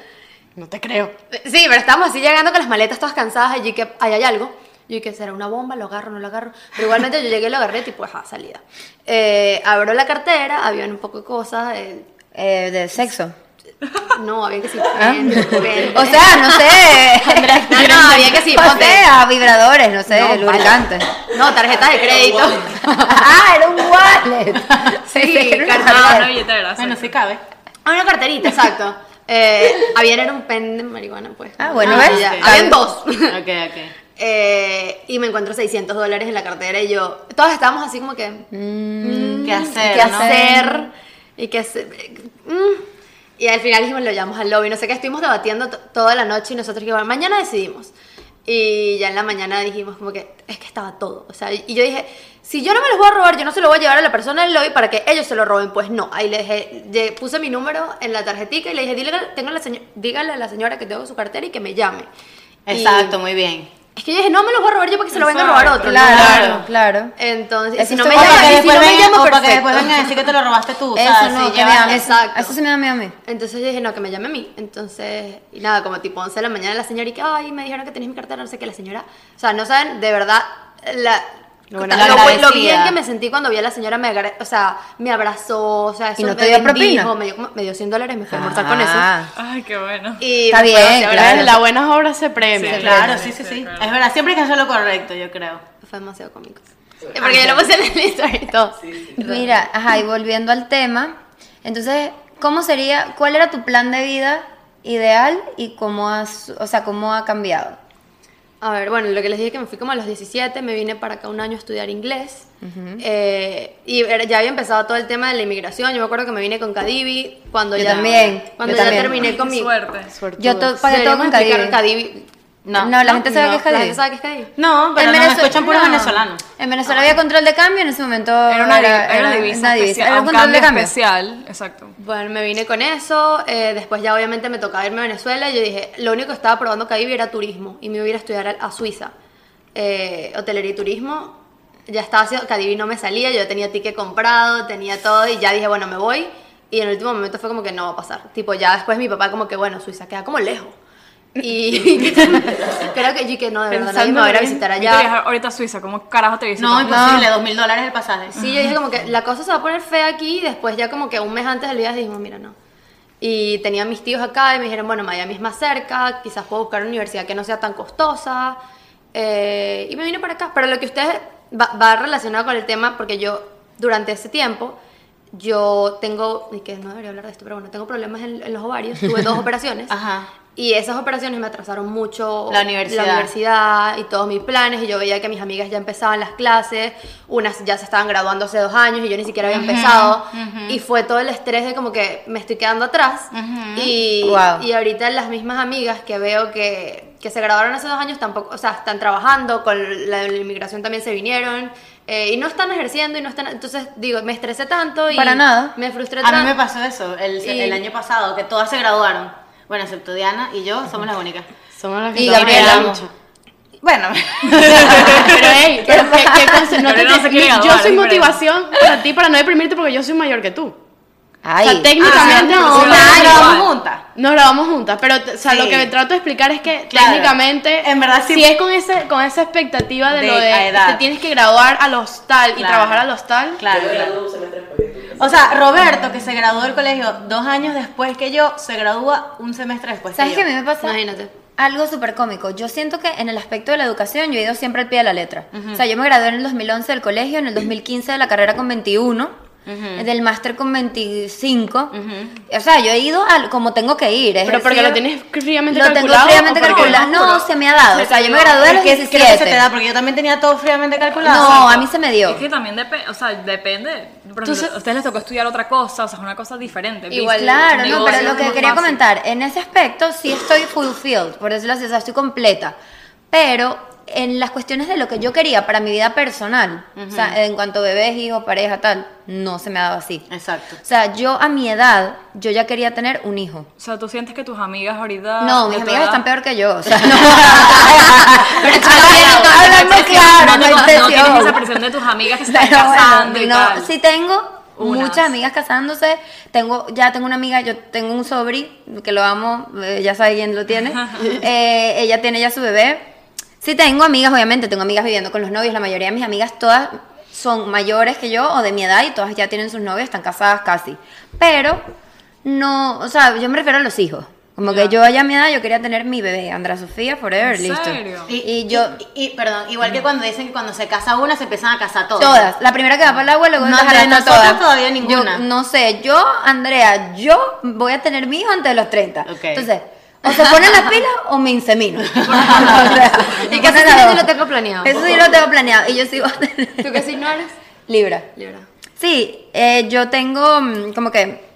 Speaker 6: No te creo.
Speaker 5: Sí, pero estábamos así llegando con las maletas todas cansadas y yo que ahí hay algo. Yo que será una bomba, lo agarro, no lo agarro. Pero igualmente yo llegué, lo agarré, tipo, ajá, salida. Eh, abro la cartera, había un poco de cosas. eh,
Speaker 3: Eh, de sexo.
Speaker 5: no, había que sí.
Speaker 3: Ah. O sea, no sé.
Speaker 5: no, no, había que sí. ponte-
Speaker 3: Pasea, vibradores, no sé,
Speaker 5: No,
Speaker 3: lubricantes.
Speaker 5: No, tarjetas de crédito.
Speaker 3: ah, era un wallet.
Speaker 5: Sí,
Speaker 3: era una
Speaker 5: cartera.
Speaker 4: Ah,
Speaker 3: cartera.
Speaker 4: una billetera.
Speaker 2: Bueno,
Speaker 4: sí.
Speaker 2: sí cabe.
Speaker 5: Ah, una carterita, exacto. Eh, había era un pen de marihuana, pues.
Speaker 3: Ah, bueno,
Speaker 5: sí,
Speaker 3: ¿ves?
Speaker 5: ya.
Speaker 3: Ok.
Speaker 5: Habían dos.
Speaker 2: Ok, ok.
Speaker 5: Eh, y me encuentro 600 dólares en la cartera y yo, todas estábamos así como que,
Speaker 2: ¿Qué hacer?
Speaker 5: Mm, qué
Speaker 2: no?
Speaker 5: hacer y qué hacer. Mm. Y al final dijimos, lo llamamos al lobby, no sé qué, estuvimos debatiendo to- toda la noche y nosotros que mañana decidimos. Y ya en la mañana dijimos como que es que estaba todo. O sea, y y yo dije, si yo no me los voy a robar, yo no se lo voy a llevar a la persona del lobby para que ellos se lo roben. Pues no, ahí le dejé, le puse mi número en la tarjetica y le dije, Dile, tengo la seño- dígale a la señora que tengo su cartera y que me llame. Y-
Speaker 2: Exacto, muy bien.
Speaker 5: es que yo dije, no me los voy a robar yo porque se lo venga a robar
Speaker 4: Exacto,
Speaker 5: otro.
Speaker 3: Claro, claro.
Speaker 5: Entonces, si
Speaker 3: Eso
Speaker 5: no
Speaker 3: se-
Speaker 2: Pues
Speaker 5: me
Speaker 3: o para
Speaker 5: llama,
Speaker 3: que
Speaker 5: si no me llama,
Speaker 2: o para que
Speaker 5: perfecto.
Speaker 2: después vengan a decir que te lo robaste tú. o sea,
Speaker 3: Eso no,
Speaker 2: sí,
Speaker 3: que
Speaker 2: ya
Speaker 3: me
Speaker 2: va.
Speaker 3: ame.
Speaker 5: Exacto.
Speaker 3: Eso sí me ame a mí.
Speaker 5: Entonces yo dije, no, que me llame a mí. Entonces, y nada, como tipo 11 de la mañana, la señora y que, ay, me dijeron que tenés mi cartera, no sé qué, la señora. O sea, no saben, de verdad, la.
Speaker 2: bueno,
Speaker 5: lo,
Speaker 2: la
Speaker 5: bu- lo
Speaker 2: agradecida.
Speaker 5: bien que me sentí cuando vi a la señora, me agra- o sea, me abrazó, o sea, eso
Speaker 3: ¿Y no
Speaker 5: me
Speaker 3: te dio
Speaker 5: bendijo,
Speaker 3: propina?
Speaker 5: Me dio, como- me dio 100 dólares, me fue a almorzar con eso.
Speaker 3: Ah,
Speaker 4: Ay, qué bueno.
Speaker 5: Y
Speaker 3: Está
Speaker 5: me fue
Speaker 3: bien,
Speaker 5: demasiado
Speaker 3: claro.
Speaker 5: bien.
Speaker 6: Las buenas obras se premian.
Speaker 4: Sí.
Speaker 2: Claro, sí, sí,
Speaker 4: Sí,
Speaker 2: sí.
Speaker 4: claro.
Speaker 2: Es verdad, siempre hay que hacer lo correcto, yo creo.
Speaker 5: Fue demasiado cómico. Porque yo lo puse en el historia y todo.
Speaker 3: Mira, ajá, y volviendo al tema, entonces, ¿cómo sería, cuál era tu plan de vida ideal y cómo has, o sea, cómo ha cambiado?
Speaker 5: A ver, bueno, lo que les dije que me fui como a los 17, me vine para acá un año a estudiar inglés. eh, y era- ya había empezado todo el tema de la inmigración. Yo me acuerdo que me vine con Cadivi cuando
Speaker 3: Yo
Speaker 5: ya
Speaker 3: también,
Speaker 5: cuando
Speaker 3: yo
Speaker 5: ya
Speaker 3: también.
Speaker 5: terminé
Speaker 4: Ay,
Speaker 5: con
Speaker 4: qué
Speaker 5: mi
Speaker 4: Suerte.
Speaker 3: Yo to- pagué todo
Speaker 5: Deberíamos
Speaker 3: con
Speaker 5: explicar
Speaker 3: Cadivi.
Speaker 5: Cadivi.
Speaker 3: No, la gente sabe que es
Speaker 5: la
Speaker 3: Cadivi.
Speaker 5: gente sabe que es Cadivi.
Speaker 2: No, pero no me
Speaker 3: Venezue-
Speaker 2: escuchan puros
Speaker 3: no.
Speaker 2: venezolanos.
Speaker 3: En Venezuela había control de cambio, en ese momento
Speaker 4: Era una, era una
Speaker 3: era
Speaker 4: divisa
Speaker 3: una
Speaker 4: especial,
Speaker 3: era
Speaker 4: un cambio
Speaker 3: cambio.
Speaker 4: especial, exacto.
Speaker 5: Bueno, me vine con eso. eh, después ya obviamente me tocaba irme a Venezuela y yo dije, lo único que estaba probando Cadivi era turismo y me iba a ir a estudiar a, a Suiza. Eh, hotelería y turismo. Ya estaba haciendo, Cadivi no me salía, yo tenía ticket comprado, tenía todo y ya dije, bueno, me voy. Y en el último momento fue como que no va a pasar. Tipo, ya después mi papá como que, bueno, Suiza queda como lejos. Y creo que yo que no, de verdad, nadie me va a ir a visitar
Speaker 4: Vete a viajar
Speaker 5: allá.
Speaker 4: ahorita a Suiza, ¿cómo carajo te visitas?
Speaker 2: No, imposible, dos mil dólares el pasaje.
Speaker 5: Sí, yo dije como que la cosa se va a poner fea aquí y después ya como que un mes antes del viaje dijimos, mira, no. Y tenía mis tíos acá y me dijeron, bueno, Miami es más cerca, quizás puedo buscar una universidad que no sea tan costosa. Eh, y me vine para acá. Pero lo que ustedes va, va relacionado con el tema, porque yo durante ese tiempo, yo tengo, y que no debería hablar de esto, pero bueno, tengo problemas en, en los ovarios, tuve dos operaciones.
Speaker 2: Ajá.
Speaker 5: Y esas operaciones me atrasaron mucho
Speaker 2: La universidad.
Speaker 5: la universidad y todos mis planes. Y yo veía que mis amigas ya empezaban las clases, unas ya se estaban graduando hace dos años y yo ni siquiera había empezado. Y fue todo el estrés de como que me estoy quedando atrás. y,
Speaker 2: Wow.
Speaker 5: y ahorita las mismas amigas que veo que, que se graduaron hace dos años tampoco, o sea, están trabajando, con la, la inmigración también se vinieron. eh, y no están ejerciendo y no están. Entonces, digo, me estresé tanto y.
Speaker 3: Para nada.
Speaker 5: Me frustré
Speaker 2: A
Speaker 5: tanto.
Speaker 2: mí me pasó eso el,
Speaker 5: Y-
Speaker 2: el año pasado, que todas se graduaron. Bueno, excepto Diana y yo, somos las únicas.
Speaker 6: Somos las
Speaker 3: Y Gabriela.
Speaker 2: Bueno,
Speaker 6: Pero, ey, pero ¿qué- qué conse- no te-
Speaker 4: Gabriela no se quiere
Speaker 6: mi- yo
Speaker 4: graduar,
Speaker 6: soy
Speaker 4: es
Speaker 6: motivación para ti para no deprimirte porque yo soy mayor que tú.
Speaker 3: Ay,
Speaker 6: o sea, técnicamente
Speaker 4: ah,
Speaker 6: no,
Speaker 4: sí,
Speaker 6: no,
Speaker 4: claro.
Speaker 6: no,
Speaker 2: grabamos
Speaker 4: igual.
Speaker 2: juntas.
Speaker 6: nos grabamos juntas, pero o sea,
Speaker 2: Sí.
Speaker 6: lo que trato de explicar es que
Speaker 2: Claro.
Speaker 6: técnicamente
Speaker 2: En verdad, sí.
Speaker 6: si es con ese con esa expectativa de,
Speaker 2: De
Speaker 6: lo
Speaker 2: la
Speaker 6: de
Speaker 2: edad.
Speaker 6: te tienes que graduar a los tal y
Speaker 2: Claro.
Speaker 6: trabajar a los tal.
Speaker 2: Claro,
Speaker 7: Yo me
Speaker 2: claro.
Speaker 7: gradué un semestre después que tú.
Speaker 2: O sea, Roberto, que se graduó del colegio dos años después que yo, se gradúa un semestre después.
Speaker 3: ¿Sabes
Speaker 2: que
Speaker 3: qué a mí me pasa?
Speaker 5: Imagínate.
Speaker 3: Algo súper cómico. Yo siento que en el aspecto de la educación yo he ido siempre al pie de la letra. O sea, yo me gradué en el 2011 del colegio, en el 2015 de la carrera con 21, del máster con 25. O sea, yo he ido al, como tengo que ir. es
Speaker 6: Pero porque
Speaker 3: decir,
Speaker 6: lo tienes fríamente
Speaker 3: lo tengo
Speaker 6: calculado.
Speaker 3: fríamente
Speaker 6: o porque-
Speaker 3: calculado. No, se me ha dado. O sea, yo me gradué a los
Speaker 2: que creo que se te
Speaker 3: 17.
Speaker 2: da, porque yo también tenía todo fríamente calculado.
Speaker 3: No, a mí se me dio.
Speaker 4: Es que también depende, o sea, depende. Por
Speaker 6: Tú
Speaker 4: ejemplo,
Speaker 6: sa-
Speaker 4: a ustedes les tocó estudiar otra cosa, o sea, es una cosa diferente. ¿viste?
Speaker 5: Igual,
Speaker 3: Claro,
Speaker 4: Digo,
Speaker 3: no,
Speaker 4: sí,
Speaker 3: pero
Speaker 4: es
Speaker 3: lo que
Speaker 4: muy
Speaker 3: quería
Speaker 4: fácil.
Speaker 3: comentar, en ese aspecto sí estoy fulfilled, por decirlo así, o sea, estoy completa. Pero en las cuestiones de lo que yo quería para mi vida personal, o sea, en cuanto a bebés, hijos, pareja, tal, no se me ha dado así.
Speaker 2: Exacto.
Speaker 3: O sea, yo a mi edad, yo ya quería tener un hijo.
Speaker 4: O sea, tú sientes que tus amigas ahorita.
Speaker 3: No, mis
Speaker 4: Ah, de tu
Speaker 3: amigas
Speaker 4: edad-
Speaker 3: están peor que yo. O sea, no.
Speaker 4: Pero tú
Speaker 3: Hablando- hablando
Speaker 4: no tienes esa presión,
Speaker 3: claro,
Speaker 4: no,
Speaker 3: no hay
Speaker 4: tienes- no tienes
Speaker 3: presión.
Speaker 4: esa presión de tus amigas que se están
Speaker 3: Pero bueno,
Speaker 4: casando y
Speaker 3: no,
Speaker 4: tal.
Speaker 3: sí tengo
Speaker 4: Unas.
Speaker 3: muchas amigas casándose. Tengo, ya tengo una amiga, yo tengo un sobri que lo amo, eh, ya sabe quién lo tiene. Eh, ella tiene ya su bebé. Sí tengo amigas, obviamente, tengo amigas viviendo con los novios. La mayoría de mis amigas todas son mayores que yo o de mi edad y todas ya tienen sus novios, están casadas casi. Pero no, o sea, yo me refiero a los hijos. Como que yo allá a mi edad yo quería tener mi bebé, Andra Sofía forever,
Speaker 4: ¿En
Speaker 3: listo.
Speaker 4: serio?
Speaker 3: Y, yo
Speaker 2: Y, y- perdón, igual que cuando dicen que cuando se casa una, se empiezan a casar todas.
Speaker 3: Todas. La primera que va para el agua, luego
Speaker 2: No,
Speaker 3: empezaron
Speaker 2: de
Speaker 3: a estar
Speaker 2: nosotras
Speaker 3: todas.
Speaker 2: todavía ninguna.
Speaker 3: Yo, no sé, yo, Andrea, yo voy a tener mi hijo antes de los 30.
Speaker 2: Ok.
Speaker 3: Entonces, o se ponen las pilas o me insemino. O sea,
Speaker 5: Y que
Speaker 3: una
Speaker 5: eso
Speaker 3: de
Speaker 5: sí
Speaker 3: las
Speaker 5: yo
Speaker 3: dos.
Speaker 5: lo tengo planeado.
Speaker 3: Eso sí lo tengo planeado. Y yo sigo a tener-
Speaker 5: ¿Tú qué signo eres?
Speaker 3: Libra.
Speaker 5: Libra.
Speaker 3: Sí, eh, yo tengo mm, como que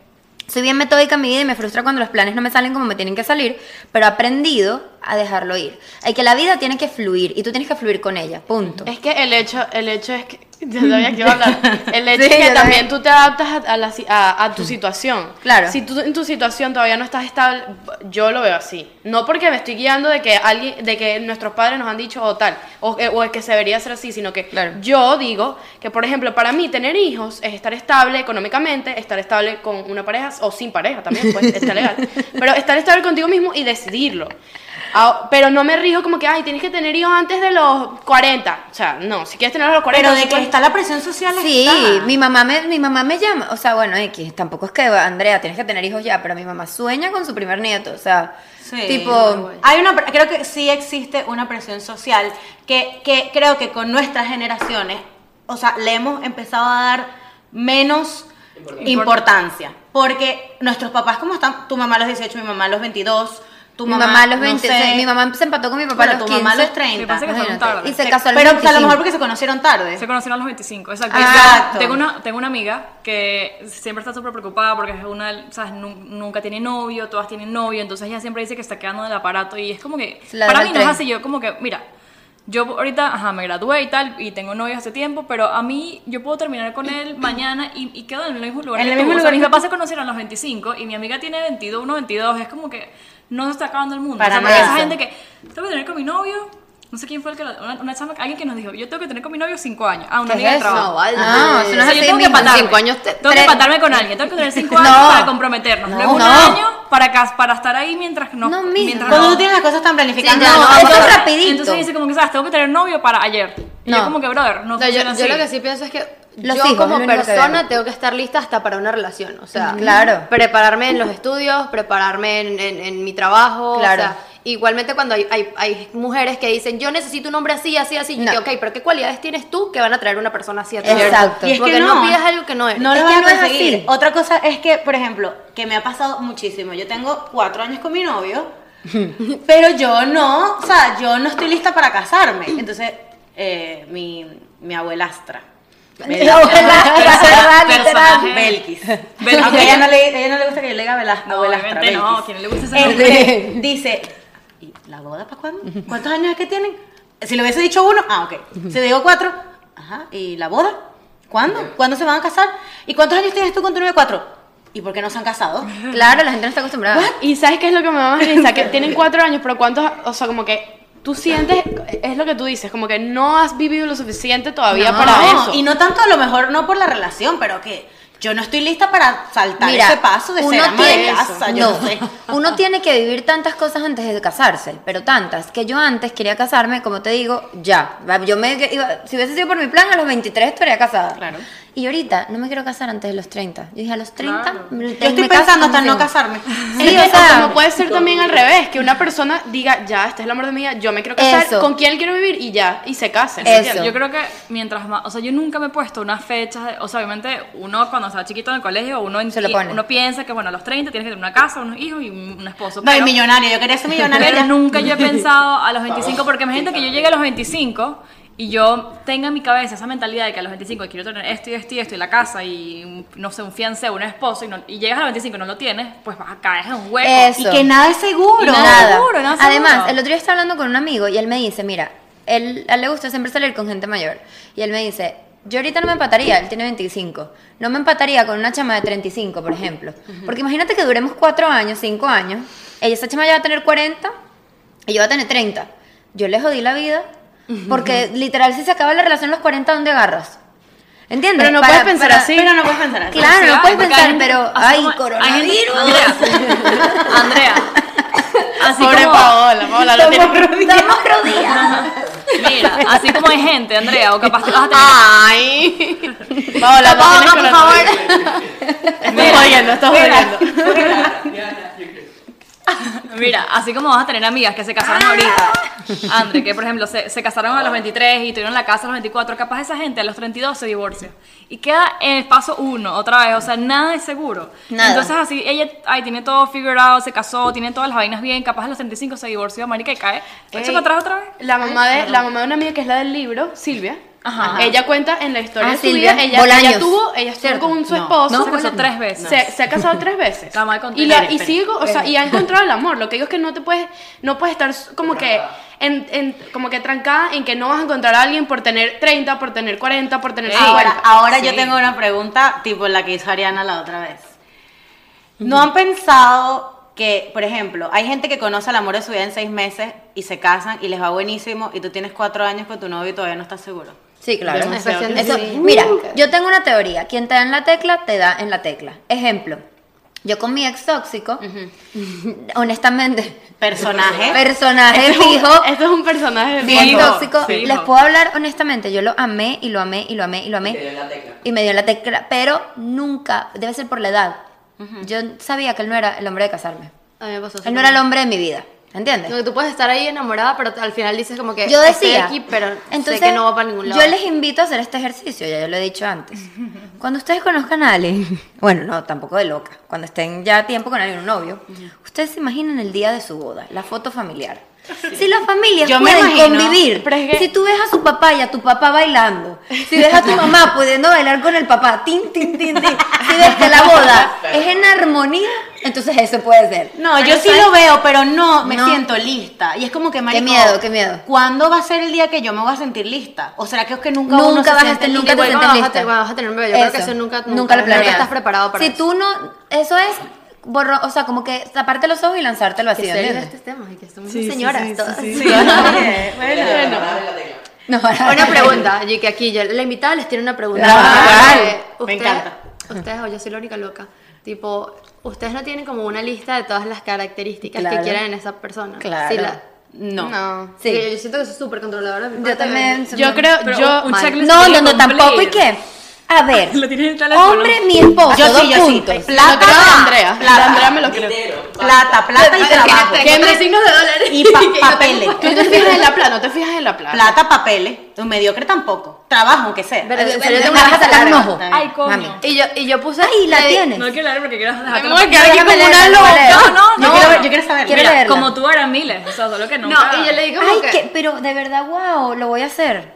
Speaker 3: soy bien metódica en mi vida y me frustra cuando los planes no me salen como me tienen que salir, pero he aprendido a dejarlo ir. Hay que la vida tiene que fluir y tú tienes que fluir con ella, punto.
Speaker 6: Es que el hecho, el hecho es que. Ya sabía que iba a hablar. El hecho
Speaker 3: Sí,
Speaker 6: es que
Speaker 3: yo
Speaker 6: también tú te adaptas a, a la si- a- a tu situación.
Speaker 3: Mm. Claro.
Speaker 6: Si tú en tu situación todavía no estás estable, yo lo veo así. No porque me estoy guiando de que alguien, de que nuestros padres nos han dicho o tal, o, que- o es que se debería ser así, sino que
Speaker 3: Claro.
Speaker 6: yo digo que, por ejemplo, para mí tener hijos es estar estable económicamente, estar estable con una pareja o sin pareja también, pues está legal. Pero estar estable contigo mismo y decidirlo. Ah, Pero no me rijo como que, ay, tienes que tener hijos antes de los 40. O sea, no, si quieres tener a los 40.
Speaker 2: Pero de que
Speaker 6: pues,
Speaker 2: está la presión social
Speaker 3: Sí,
Speaker 2: está.
Speaker 3: mi mamá me, mi mamá me llama, o sea, bueno, X, tampoco es que Andrea tienes que tener hijos ya, pero mi mamá sueña con su primer nieto, o sea,
Speaker 2: Sí,
Speaker 3: tipo,
Speaker 2: Hay una, pre- creo que sí existe una presión social que, que creo que con nuestras generaciones, o sea, le hemos empezado a dar menos importancia. Porque nuestros papás, ¿cómo están? Tu mamá a los 18, mi mamá a los 22, tu
Speaker 3: mi mamá a los
Speaker 2: no
Speaker 3: 20,
Speaker 2: sé,
Speaker 3: o sea, mi mamá se empató con mi papá
Speaker 2: bueno,
Speaker 3: a los
Speaker 2: tu
Speaker 3: 15.
Speaker 2: mamá a los
Speaker 4: Sí,
Speaker 2: 30.
Speaker 4: pasa que fueron
Speaker 3: imagínate,
Speaker 4: tarde.
Speaker 3: Y se casó a los
Speaker 2: Eh, pero o sea, a lo
Speaker 3: 25.
Speaker 2: mejor porque se conocieron tarde.
Speaker 4: Se conocieron a los 25, exacto.
Speaker 2: Exacto.
Speaker 4: Tengo una, tengo una amiga que siempre está súper preocupada porque es una, ¿sabes? Nu- nunca tiene novio, todas tienen novio, entonces ella siempre dice que está quedando en el aparato y es como que,
Speaker 3: Se la
Speaker 4: para
Speaker 3: deja
Speaker 4: mí
Speaker 3: el
Speaker 4: no es
Speaker 3: tren.
Speaker 4: así, yo como que, mira, yo ahorita, ajá, me gradué y tal, y tengo novio hace tiempo, pero a mí, yo puedo terminar con él mañana y, y quedo en el mismo lugar
Speaker 2: En
Speaker 4: que
Speaker 2: el
Speaker 4: tú.
Speaker 2: mismo
Speaker 4: O sea,
Speaker 2: lugar
Speaker 4: mis
Speaker 2: que
Speaker 4: papás se conocieron a los 25 y mi amiga tiene 21, 22, es como que no se está acabando el mundo.
Speaker 2: Para
Speaker 4: o sea, porque
Speaker 2: nada.
Speaker 4: esa gente que tengo que tener con mi novio. No sé quién fue el que lo- una, una chama, alguien que nos dijo, yo tengo que tener con mi novio cinco años. Ah, una
Speaker 5: ¿Qué
Speaker 4: amiga
Speaker 5: es
Speaker 4: de trabajo.
Speaker 5: eso? Vale.
Speaker 3: Ah, eso no
Speaker 4: O
Speaker 3: es
Speaker 4: sea, yo
Speaker 3: así
Speaker 4: tengo que
Speaker 3: mismo.
Speaker 4: empatarme.
Speaker 5: Cinco años te-
Speaker 4: tengo que
Speaker 5: tres-
Speaker 4: empatarme con alguien. Tengo que tener cinco años
Speaker 3: No.
Speaker 4: para comprometernos. Luego un
Speaker 3: no.
Speaker 4: año para, cas- para estar ahí mientras no.
Speaker 3: No, mijo.
Speaker 4: mientras
Speaker 2: Cuando tú
Speaker 4: no.
Speaker 2: tienes las cosas tan planificadas,
Speaker 3: Sí, ya, no, eso es
Speaker 4: Entonces-
Speaker 3: rapidito.
Speaker 4: Entonces dice como que, ¿sabes? Tengo que tener novio para ayer. Y
Speaker 3: No.
Speaker 4: yo como que, brother, no,
Speaker 5: No, yo,
Speaker 4: funciona
Speaker 5: yo
Speaker 4: así.
Speaker 5: lo que sí pienso es que
Speaker 3: Los
Speaker 5: yo
Speaker 3: hijos,
Speaker 5: como
Speaker 3: lo único que
Speaker 5: persona
Speaker 3: vemos.
Speaker 5: tengo que estar lista hasta para una relación, o sea,
Speaker 3: Mm, Claro.
Speaker 5: prepararme en los estudios, prepararme en, en- en mi trabajo,
Speaker 3: Claro.
Speaker 5: o sea, igualmente cuando hay, hay- hay mujeres que dicen, yo necesito un hombre así, así, así, yo
Speaker 3: No.
Speaker 5: digo, ok, pero ¿qué cualidades tienes tú que van a traer una persona así a ti?
Speaker 3: Exacto.
Speaker 2: Y es
Speaker 5: Porque
Speaker 2: que
Speaker 5: no.
Speaker 2: no,
Speaker 5: pidas algo que no eres.
Speaker 2: No
Speaker 3: Es
Speaker 2: lo
Speaker 3: que
Speaker 2: vas a
Speaker 3: no es
Speaker 2: conseguir.
Speaker 3: así.
Speaker 2: Otra cosa es que, por ejemplo, que me ha pasado muchísimo. Yo tengo cuatro años con mi novio, pero yo no, o sea, yo no estoy lista para casarme. Entonces, eh, mi, mi abuelastra. me dijo-
Speaker 4: Persona- personaje.
Speaker 2: Belkis.
Speaker 4: Belkis.
Speaker 2: Aunque ella no, le, ella no le gusta que yo le diga Velas-
Speaker 4: No,
Speaker 2: abuelastra.
Speaker 4: obviamente no,
Speaker 2: Belkis.
Speaker 4: ¿quién le gusta ese
Speaker 2: Este,
Speaker 3: nombre?
Speaker 2: Dice, ¿y la boda para cuándo? ¿Cuántos años es que tienen? Si le hubiese dicho uno, ah, ok. Si digo cuatro, ajá, ¿y la boda? ¿Cuándo? ¿Cuándo se van a casar? ¿Y cuántos años tienes tú con tu novio? Cuatro. ¿Y por qué no se han casado?
Speaker 3: Claro, la gente no está acostumbrada.
Speaker 6: Y sabes qué es lo que me da más risa, que tienen cuatro años, pero cuántos, o sea, como que tú sientes, es lo que tú dices, como que no has vivido lo suficiente todavía
Speaker 4: Ah,
Speaker 3: No,
Speaker 6: para
Speaker 2: No,
Speaker 6: eso.
Speaker 2: y no tanto a lo mejor no por la relación, pero que yo no estoy lista para saltar
Speaker 3: Mira,
Speaker 2: ese paso de ser
Speaker 3: uno
Speaker 2: ama de
Speaker 3: tiene-
Speaker 2: casa, yo
Speaker 3: no,
Speaker 2: no sé.
Speaker 3: uno tiene que vivir tantas cosas antes de casarse, pero tantas, que yo antes quería casarme, como te digo, ya. Yo me iba- si hubiese sido por mi plan, a los 23 estaría casada.
Speaker 2: Claro.
Speaker 3: Y ahorita no me quiero casar antes de los 30. Yo dije, a los 30
Speaker 4: Claro.
Speaker 3: me-
Speaker 2: Yo estoy
Speaker 3: me caso
Speaker 2: pensando
Speaker 3: como
Speaker 2: hasta no
Speaker 3: sea.
Speaker 2: casarme.
Speaker 3: Sí, o sea,
Speaker 6: como puede ser también al revés, que una persona diga, ya, este es el amor de mi vida, yo me quiero casar,
Speaker 3: Eso.
Speaker 6: con quién quiero vivir y ya, y se casen.
Speaker 3: Eso.
Speaker 6: ¿entiendes?
Speaker 4: Yo creo que mientras más, o sea, yo nunca me he puesto unas fechas, de- o sea, obviamente uno cuando estaba chiquito en el colegio, uno, en-
Speaker 3: Se lo pone.
Speaker 4: uno piensa que bueno, a los 30 tienes que tener una casa, unos hijos y un un esposo.
Speaker 2: No, y
Speaker 4: pero-
Speaker 2: millonario, yo quería ser millonaria.
Speaker 4: Pero
Speaker 2: ya.
Speaker 4: nunca yo he pensado a los 25, porque imagínate que yo llegue a los 25 y yo tenga en mi cabeza esa mentalidad de que a los 25 quiero tener esto y esto y esto y la casa y un- no sé, un fiancé, un esposo y, no- y llegas a los 25 y no lo tienes, pues vas a caer en un hueco.
Speaker 3: Eso.
Speaker 2: Y que nada es seguro.
Speaker 3: Nada.
Speaker 4: seguro, nada
Speaker 3: Además,
Speaker 4: seguro.
Speaker 3: el otro día estaba hablando con un amigo y él me dice, mira, él, a él le gusta siempre salir con gente mayor. Y él me dice, yo ahorita no me empataría, él tiene 25. No me empataría con una chama de 35, por ejemplo. Porque imagínate que duremos 4 años, 5 años. Ella, esa chama ya va a tener 40 y yo voy a tener 30. Yo le jodí la vida porque literal si se acaba la relación a los 40, ¿dónde agarras? ¿Entiendes?
Speaker 6: Pero no
Speaker 3: Para-
Speaker 6: puedes pensar
Speaker 3: para-
Speaker 6: así.
Speaker 2: Pero no puedes pensar así.
Speaker 3: Claro, no
Speaker 4: Sí,
Speaker 3: puedes
Speaker 4: porque
Speaker 3: pensar,
Speaker 4: hay gente-
Speaker 3: pero...
Speaker 4: así
Speaker 3: ¡Ay,
Speaker 4: como- hay gente-
Speaker 3: coronavirus!
Speaker 4: Andrea, Andrea. Así
Speaker 6: Pobre
Speaker 4: como,
Speaker 6: Paola, Paola, lo tiene.
Speaker 3: ¡Estamos rodeadas!
Speaker 4: Mira, así como hay gente, Andrea, o capaz que vas a tener
Speaker 3: Ah.
Speaker 6: Ay.
Speaker 3: Paola,
Speaker 6: Paola, no tienes
Speaker 3: por favor.
Speaker 6: coronavirus. Estás jodiendo, estás jodiendo.
Speaker 4: Mira, así como vas a tener amigas que se casaron
Speaker 3: Ah.
Speaker 4: ahorita, Andre, que por ejemplo se, se casaron a los 23 y tuvieron la casa a los 24, capaz esa gente a los 32 se divorcia y queda en el paso uno otra vez, o sea, nada es seguro.
Speaker 3: Nada.
Speaker 4: Entonces así, ella ay, tiene todo figured out, se casó, tiene todas las vainas bien, capaz a los 35 se divorció, marica, y cae. ¿Echa
Speaker 6: Ey.
Speaker 4: para atrás otra vez?
Speaker 6: La mamá de la mamá de una amiga que es la del libro, Silvia.
Speaker 4: Ajá.
Speaker 6: Ella cuenta en la historia
Speaker 3: Ah,
Speaker 6: de su
Speaker 3: Silvia.
Speaker 6: vida, ella,
Speaker 3: Bolaños.
Speaker 6: ella tuvo, ella estuvo
Speaker 3: ¿Cierto?
Speaker 6: con su
Speaker 2: No.
Speaker 6: esposo,
Speaker 4: Se casó tres veces.
Speaker 6: Se, se ha casado tres veces.
Speaker 4: La madre con
Speaker 6: y,
Speaker 4: tres.
Speaker 6: la- y sigue, o sea, y ha encontrado el amor. Lo que digo es que no te puedes, no puedes estar como que en, en- como que trancada en que no vas a encontrar a alguien por tener 30, por tener 40, por tener
Speaker 2: Ey,
Speaker 6: 50.
Speaker 2: ahora Ah, ahora yo
Speaker 4: Sí.
Speaker 2: tengo una pregunta tipo la que hizo Ariana la otra vez. ¿No han pensado que, por ejemplo, hay gente que conoce al amor de su vida en seis meses y se casan y les va buenísimo y tú tienes cuatro años con tu novio y todavía no estás seguro?
Speaker 3: Sí, claro.
Speaker 5: Demasiado que
Speaker 3: Eso-
Speaker 5: sí.
Speaker 3: mira, yo tengo una teoría. Quien te da en la tecla, te da en la tecla. Ejemplo, yo con mi ex tóxico, honestamente,
Speaker 2: Personaje.
Speaker 3: personaje
Speaker 6: Ah, Esto ¿Eh? es un-
Speaker 3: fijo,
Speaker 6: esto es un personaje
Speaker 3: mi ex
Speaker 4: fijo,
Speaker 3: tóxico,
Speaker 4: fijo.
Speaker 3: les puedo hablar honestamente, yo lo amé y lo amé y lo amé y lo amé.
Speaker 7: Te dio en la tecla.
Speaker 3: Y me dio en la tecla, pero nunca, debe ser por la edad. Yo sabía que él no era el hombre de casarme.
Speaker 5: A mí me pasó eso
Speaker 3: Él no era el hombre
Speaker 5: también.
Speaker 3: de mi vida, ¿entiendes?
Speaker 5: Como que tú puedes estar ahí enamorada, pero al final dices como que
Speaker 3: yo
Speaker 5: "Estoy
Speaker 3: decía,
Speaker 5: aquí, pero
Speaker 3: entonces,
Speaker 5: sé que no va para ningún lado.
Speaker 3: Yo les invito a hacer este ejercicio, ya yo lo he dicho antes. Cuando ustedes conozcan a alguien, bueno, no, tampoco de loca, cuando estén ya a tiempo con alguien, un novio, ustedes se imaginan el día de su boda, la foto familiar. Si las familias
Speaker 2: Yo me
Speaker 3: pueden
Speaker 2: imagino,
Speaker 3: convivir,
Speaker 6: pero es que-
Speaker 3: si tú ves a su papá y a tu papá bailando, si ves a tu mamá pudiendo bailar con el papá, tin, tin, tin, tin, si ves que la boda es en armonía, entonces eso puede ser.
Speaker 2: No, yo sí lo veo, pero no me siento lista. Y es como que, marico,
Speaker 3: miedo, qué miedo.
Speaker 2: ¿Cuándo va a ser el día que yo me voy a sentir lista? ¿O será que es que nunca, uno se
Speaker 3: nunca vas a
Speaker 2: siente lista?
Speaker 3: estar, nunca te
Speaker 5: Igual
Speaker 3: sientes
Speaker 5: cuando vas a
Speaker 3: lista.
Speaker 5: tener- cuando vas a tener un bebé, yo creo que eso nunca- nunca-
Speaker 3: lo
Speaker 5: nunca
Speaker 3: planeas.
Speaker 5: estás preparado para
Speaker 3: Si
Speaker 5: eso.
Speaker 3: tú no, eso es borro, o sea, como que taparte los ojos y lanzártelo así,
Speaker 5: que serio
Speaker 3: ¿entiendes?
Speaker 5: estos temas este y que somos señoras todas.
Speaker 2: Oye,
Speaker 7: Te
Speaker 2: bueno,
Speaker 7: dio en
Speaker 2: bueno.
Speaker 7: la tecla.
Speaker 3: No,
Speaker 5: Una pregunta, y que aquí yo, la invitada les tiene una pregunta.
Speaker 2: Ah,
Speaker 5: Eh,
Speaker 2: me
Speaker 5: ustedes-
Speaker 2: encanta.
Speaker 5: Ustedes, o yo soy la única loca, tipo, ustedes no tienen como una lista de todas las características
Speaker 3: Claro.
Speaker 5: que quieran en esa persona.
Speaker 3: Claro.
Speaker 5: Sí, la-
Speaker 2: No.
Speaker 6: No.
Speaker 3: Sí.
Speaker 5: Porque Yo siento que soy súper controladora.
Speaker 3: Yo también.
Speaker 6: Yo creo,
Speaker 4: Pero
Speaker 6: yo
Speaker 4: un
Speaker 5: mal.
Speaker 4: checklist
Speaker 3: No,
Speaker 4: que
Speaker 3: no, no,
Speaker 4: cumplir.
Speaker 3: tampoco. ¿Y qué? A ver,
Speaker 4: Lo tienes en el teléfono.
Speaker 3: hombre, mi esposo,
Speaker 2: Yo
Speaker 3: dos
Speaker 2: sí, yo sí.
Speaker 3: puntos.
Speaker 5: Lo creo de Andrea.
Speaker 2: Plata,
Speaker 6: La Andrea me lo creo.
Speaker 7: Dinero.
Speaker 2: plata, plata y trabajo.
Speaker 5: Que me signos de dólares.
Speaker 2: Y pa-
Speaker 5: que yo tengo-
Speaker 2: papeles.
Speaker 6: Tú te fijas en la plata, no te fijas en la plata.
Speaker 2: Plata, papeles. Un mediocre tampoco. Trabajo, aunque sea.
Speaker 5: Pero en
Speaker 3: Bueno,
Speaker 5: serio, tengo
Speaker 3: me
Speaker 5: una
Speaker 3: vas a
Speaker 5: lista
Speaker 3: sacar un
Speaker 5: larga.
Speaker 3: ojo.
Speaker 4: Ay, coño.
Speaker 3: Mami.
Speaker 5: Y yo, y yo puse.
Speaker 3: Ay, la
Speaker 5: le-
Speaker 3: tienes.
Speaker 4: No quiero leer porque quiero
Speaker 6: Me
Speaker 4: dejarte
Speaker 6: voy a quedar aquí
Speaker 3: Déjame
Speaker 6: como
Speaker 3: leer,
Speaker 6: una
Speaker 3: déjame leer.
Speaker 6: loca.
Speaker 4: No, no,
Speaker 2: Yo
Speaker 4: no.
Speaker 2: quiero, yo quiero saber.
Speaker 3: Quiero
Speaker 4: Mira,
Speaker 3: leerla.
Speaker 4: como tú eran miles, o sea, solo que nunca.
Speaker 5: No, y yo le digo
Speaker 3: Ay,
Speaker 5: como que.
Speaker 3: que, pero de verdad, wow, lo voy a hacer.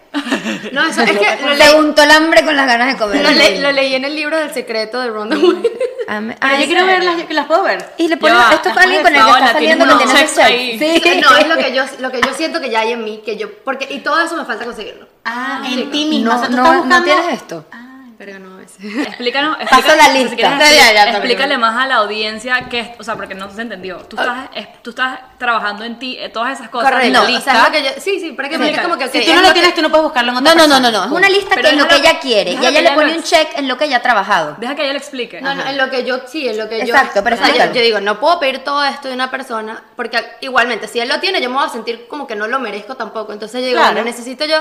Speaker 5: No, eso es que
Speaker 3: Se
Speaker 5: lo, leí-
Speaker 3: untó el hambre con las ganas de comer.
Speaker 5: lo leí- lo leí en el libro del secreto de Ronda Williams.
Speaker 3: Ame-
Speaker 2: Pero
Speaker 3: Ay,
Speaker 2: yo quiero verlas, yo que las puedo ver.
Speaker 3: Y le pones,
Speaker 4: Ya,
Speaker 3: esto es para alguien con el que
Speaker 4: Paola,
Speaker 3: está
Speaker 4: tienes
Speaker 3: saliendo que
Speaker 4: unos
Speaker 3: tiene
Speaker 4: sex ahí.
Speaker 3: sexo. Sí.
Speaker 5: No, es lo que yo lo que yo siento que ya hay en mí, que yo porque y todo eso me falta conseguirlo.
Speaker 2: Ah, en ti mismo.
Speaker 3: No,
Speaker 2: o sea, tú
Speaker 3: no,
Speaker 2: estás
Speaker 3: no
Speaker 2: buscando-
Speaker 3: tienes este, esto.
Speaker 5: Pero no a veces.
Speaker 4: Explícanos,
Speaker 3: Paso
Speaker 4: explica-
Speaker 3: la
Speaker 4: si
Speaker 3: lista. Ya,
Speaker 4: quieres,
Speaker 3: ya,
Speaker 4: explica-
Speaker 3: ya,
Speaker 4: explícale más a la audiencia que es, o sea, porque no se entendió. Tú estás, es- tú estás trabajando en ti, eh, todas esas cosas.
Speaker 5: Correcto.
Speaker 4: en la
Speaker 5: o
Speaker 4: lista.
Speaker 5: sea, es lo que yo- sí, sí, para que me
Speaker 4: Sí.
Speaker 5: como que ok,
Speaker 2: Si tú
Speaker 5: es
Speaker 2: no
Speaker 5: que-
Speaker 2: lo tienes, tú no puedes buscarlo en otra
Speaker 3: No, no, no, no,
Speaker 2: persona.
Speaker 3: no. Es una lista
Speaker 4: Pero
Speaker 3: que es lo que
Speaker 4: déjalo-
Speaker 3: ella quiere. Y
Speaker 4: déjalo
Speaker 3: ella
Speaker 4: que
Speaker 3: le
Speaker 4: ella
Speaker 3: pone
Speaker 4: lo
Speaker 3: un check en lo que ella ha trabajado.
Speaker 4: Deja que ella lo explique.
Speaker 5: No, no, en lo que yo, sí, en lo que yo.
Speaker 3: Exacto, pero
Speaker 5: o sea,
Speaker 3: explícalo.
Speaker 5: yo, yo digo, no puedo pedir todo esto de una persona, porque igualmente, si él lo tiene, yo me voy a sentir como que no lo merezco tampoco. Entonces yo digo,
Speaker 2: Claro.
Speaker 5: bueno, necesito yo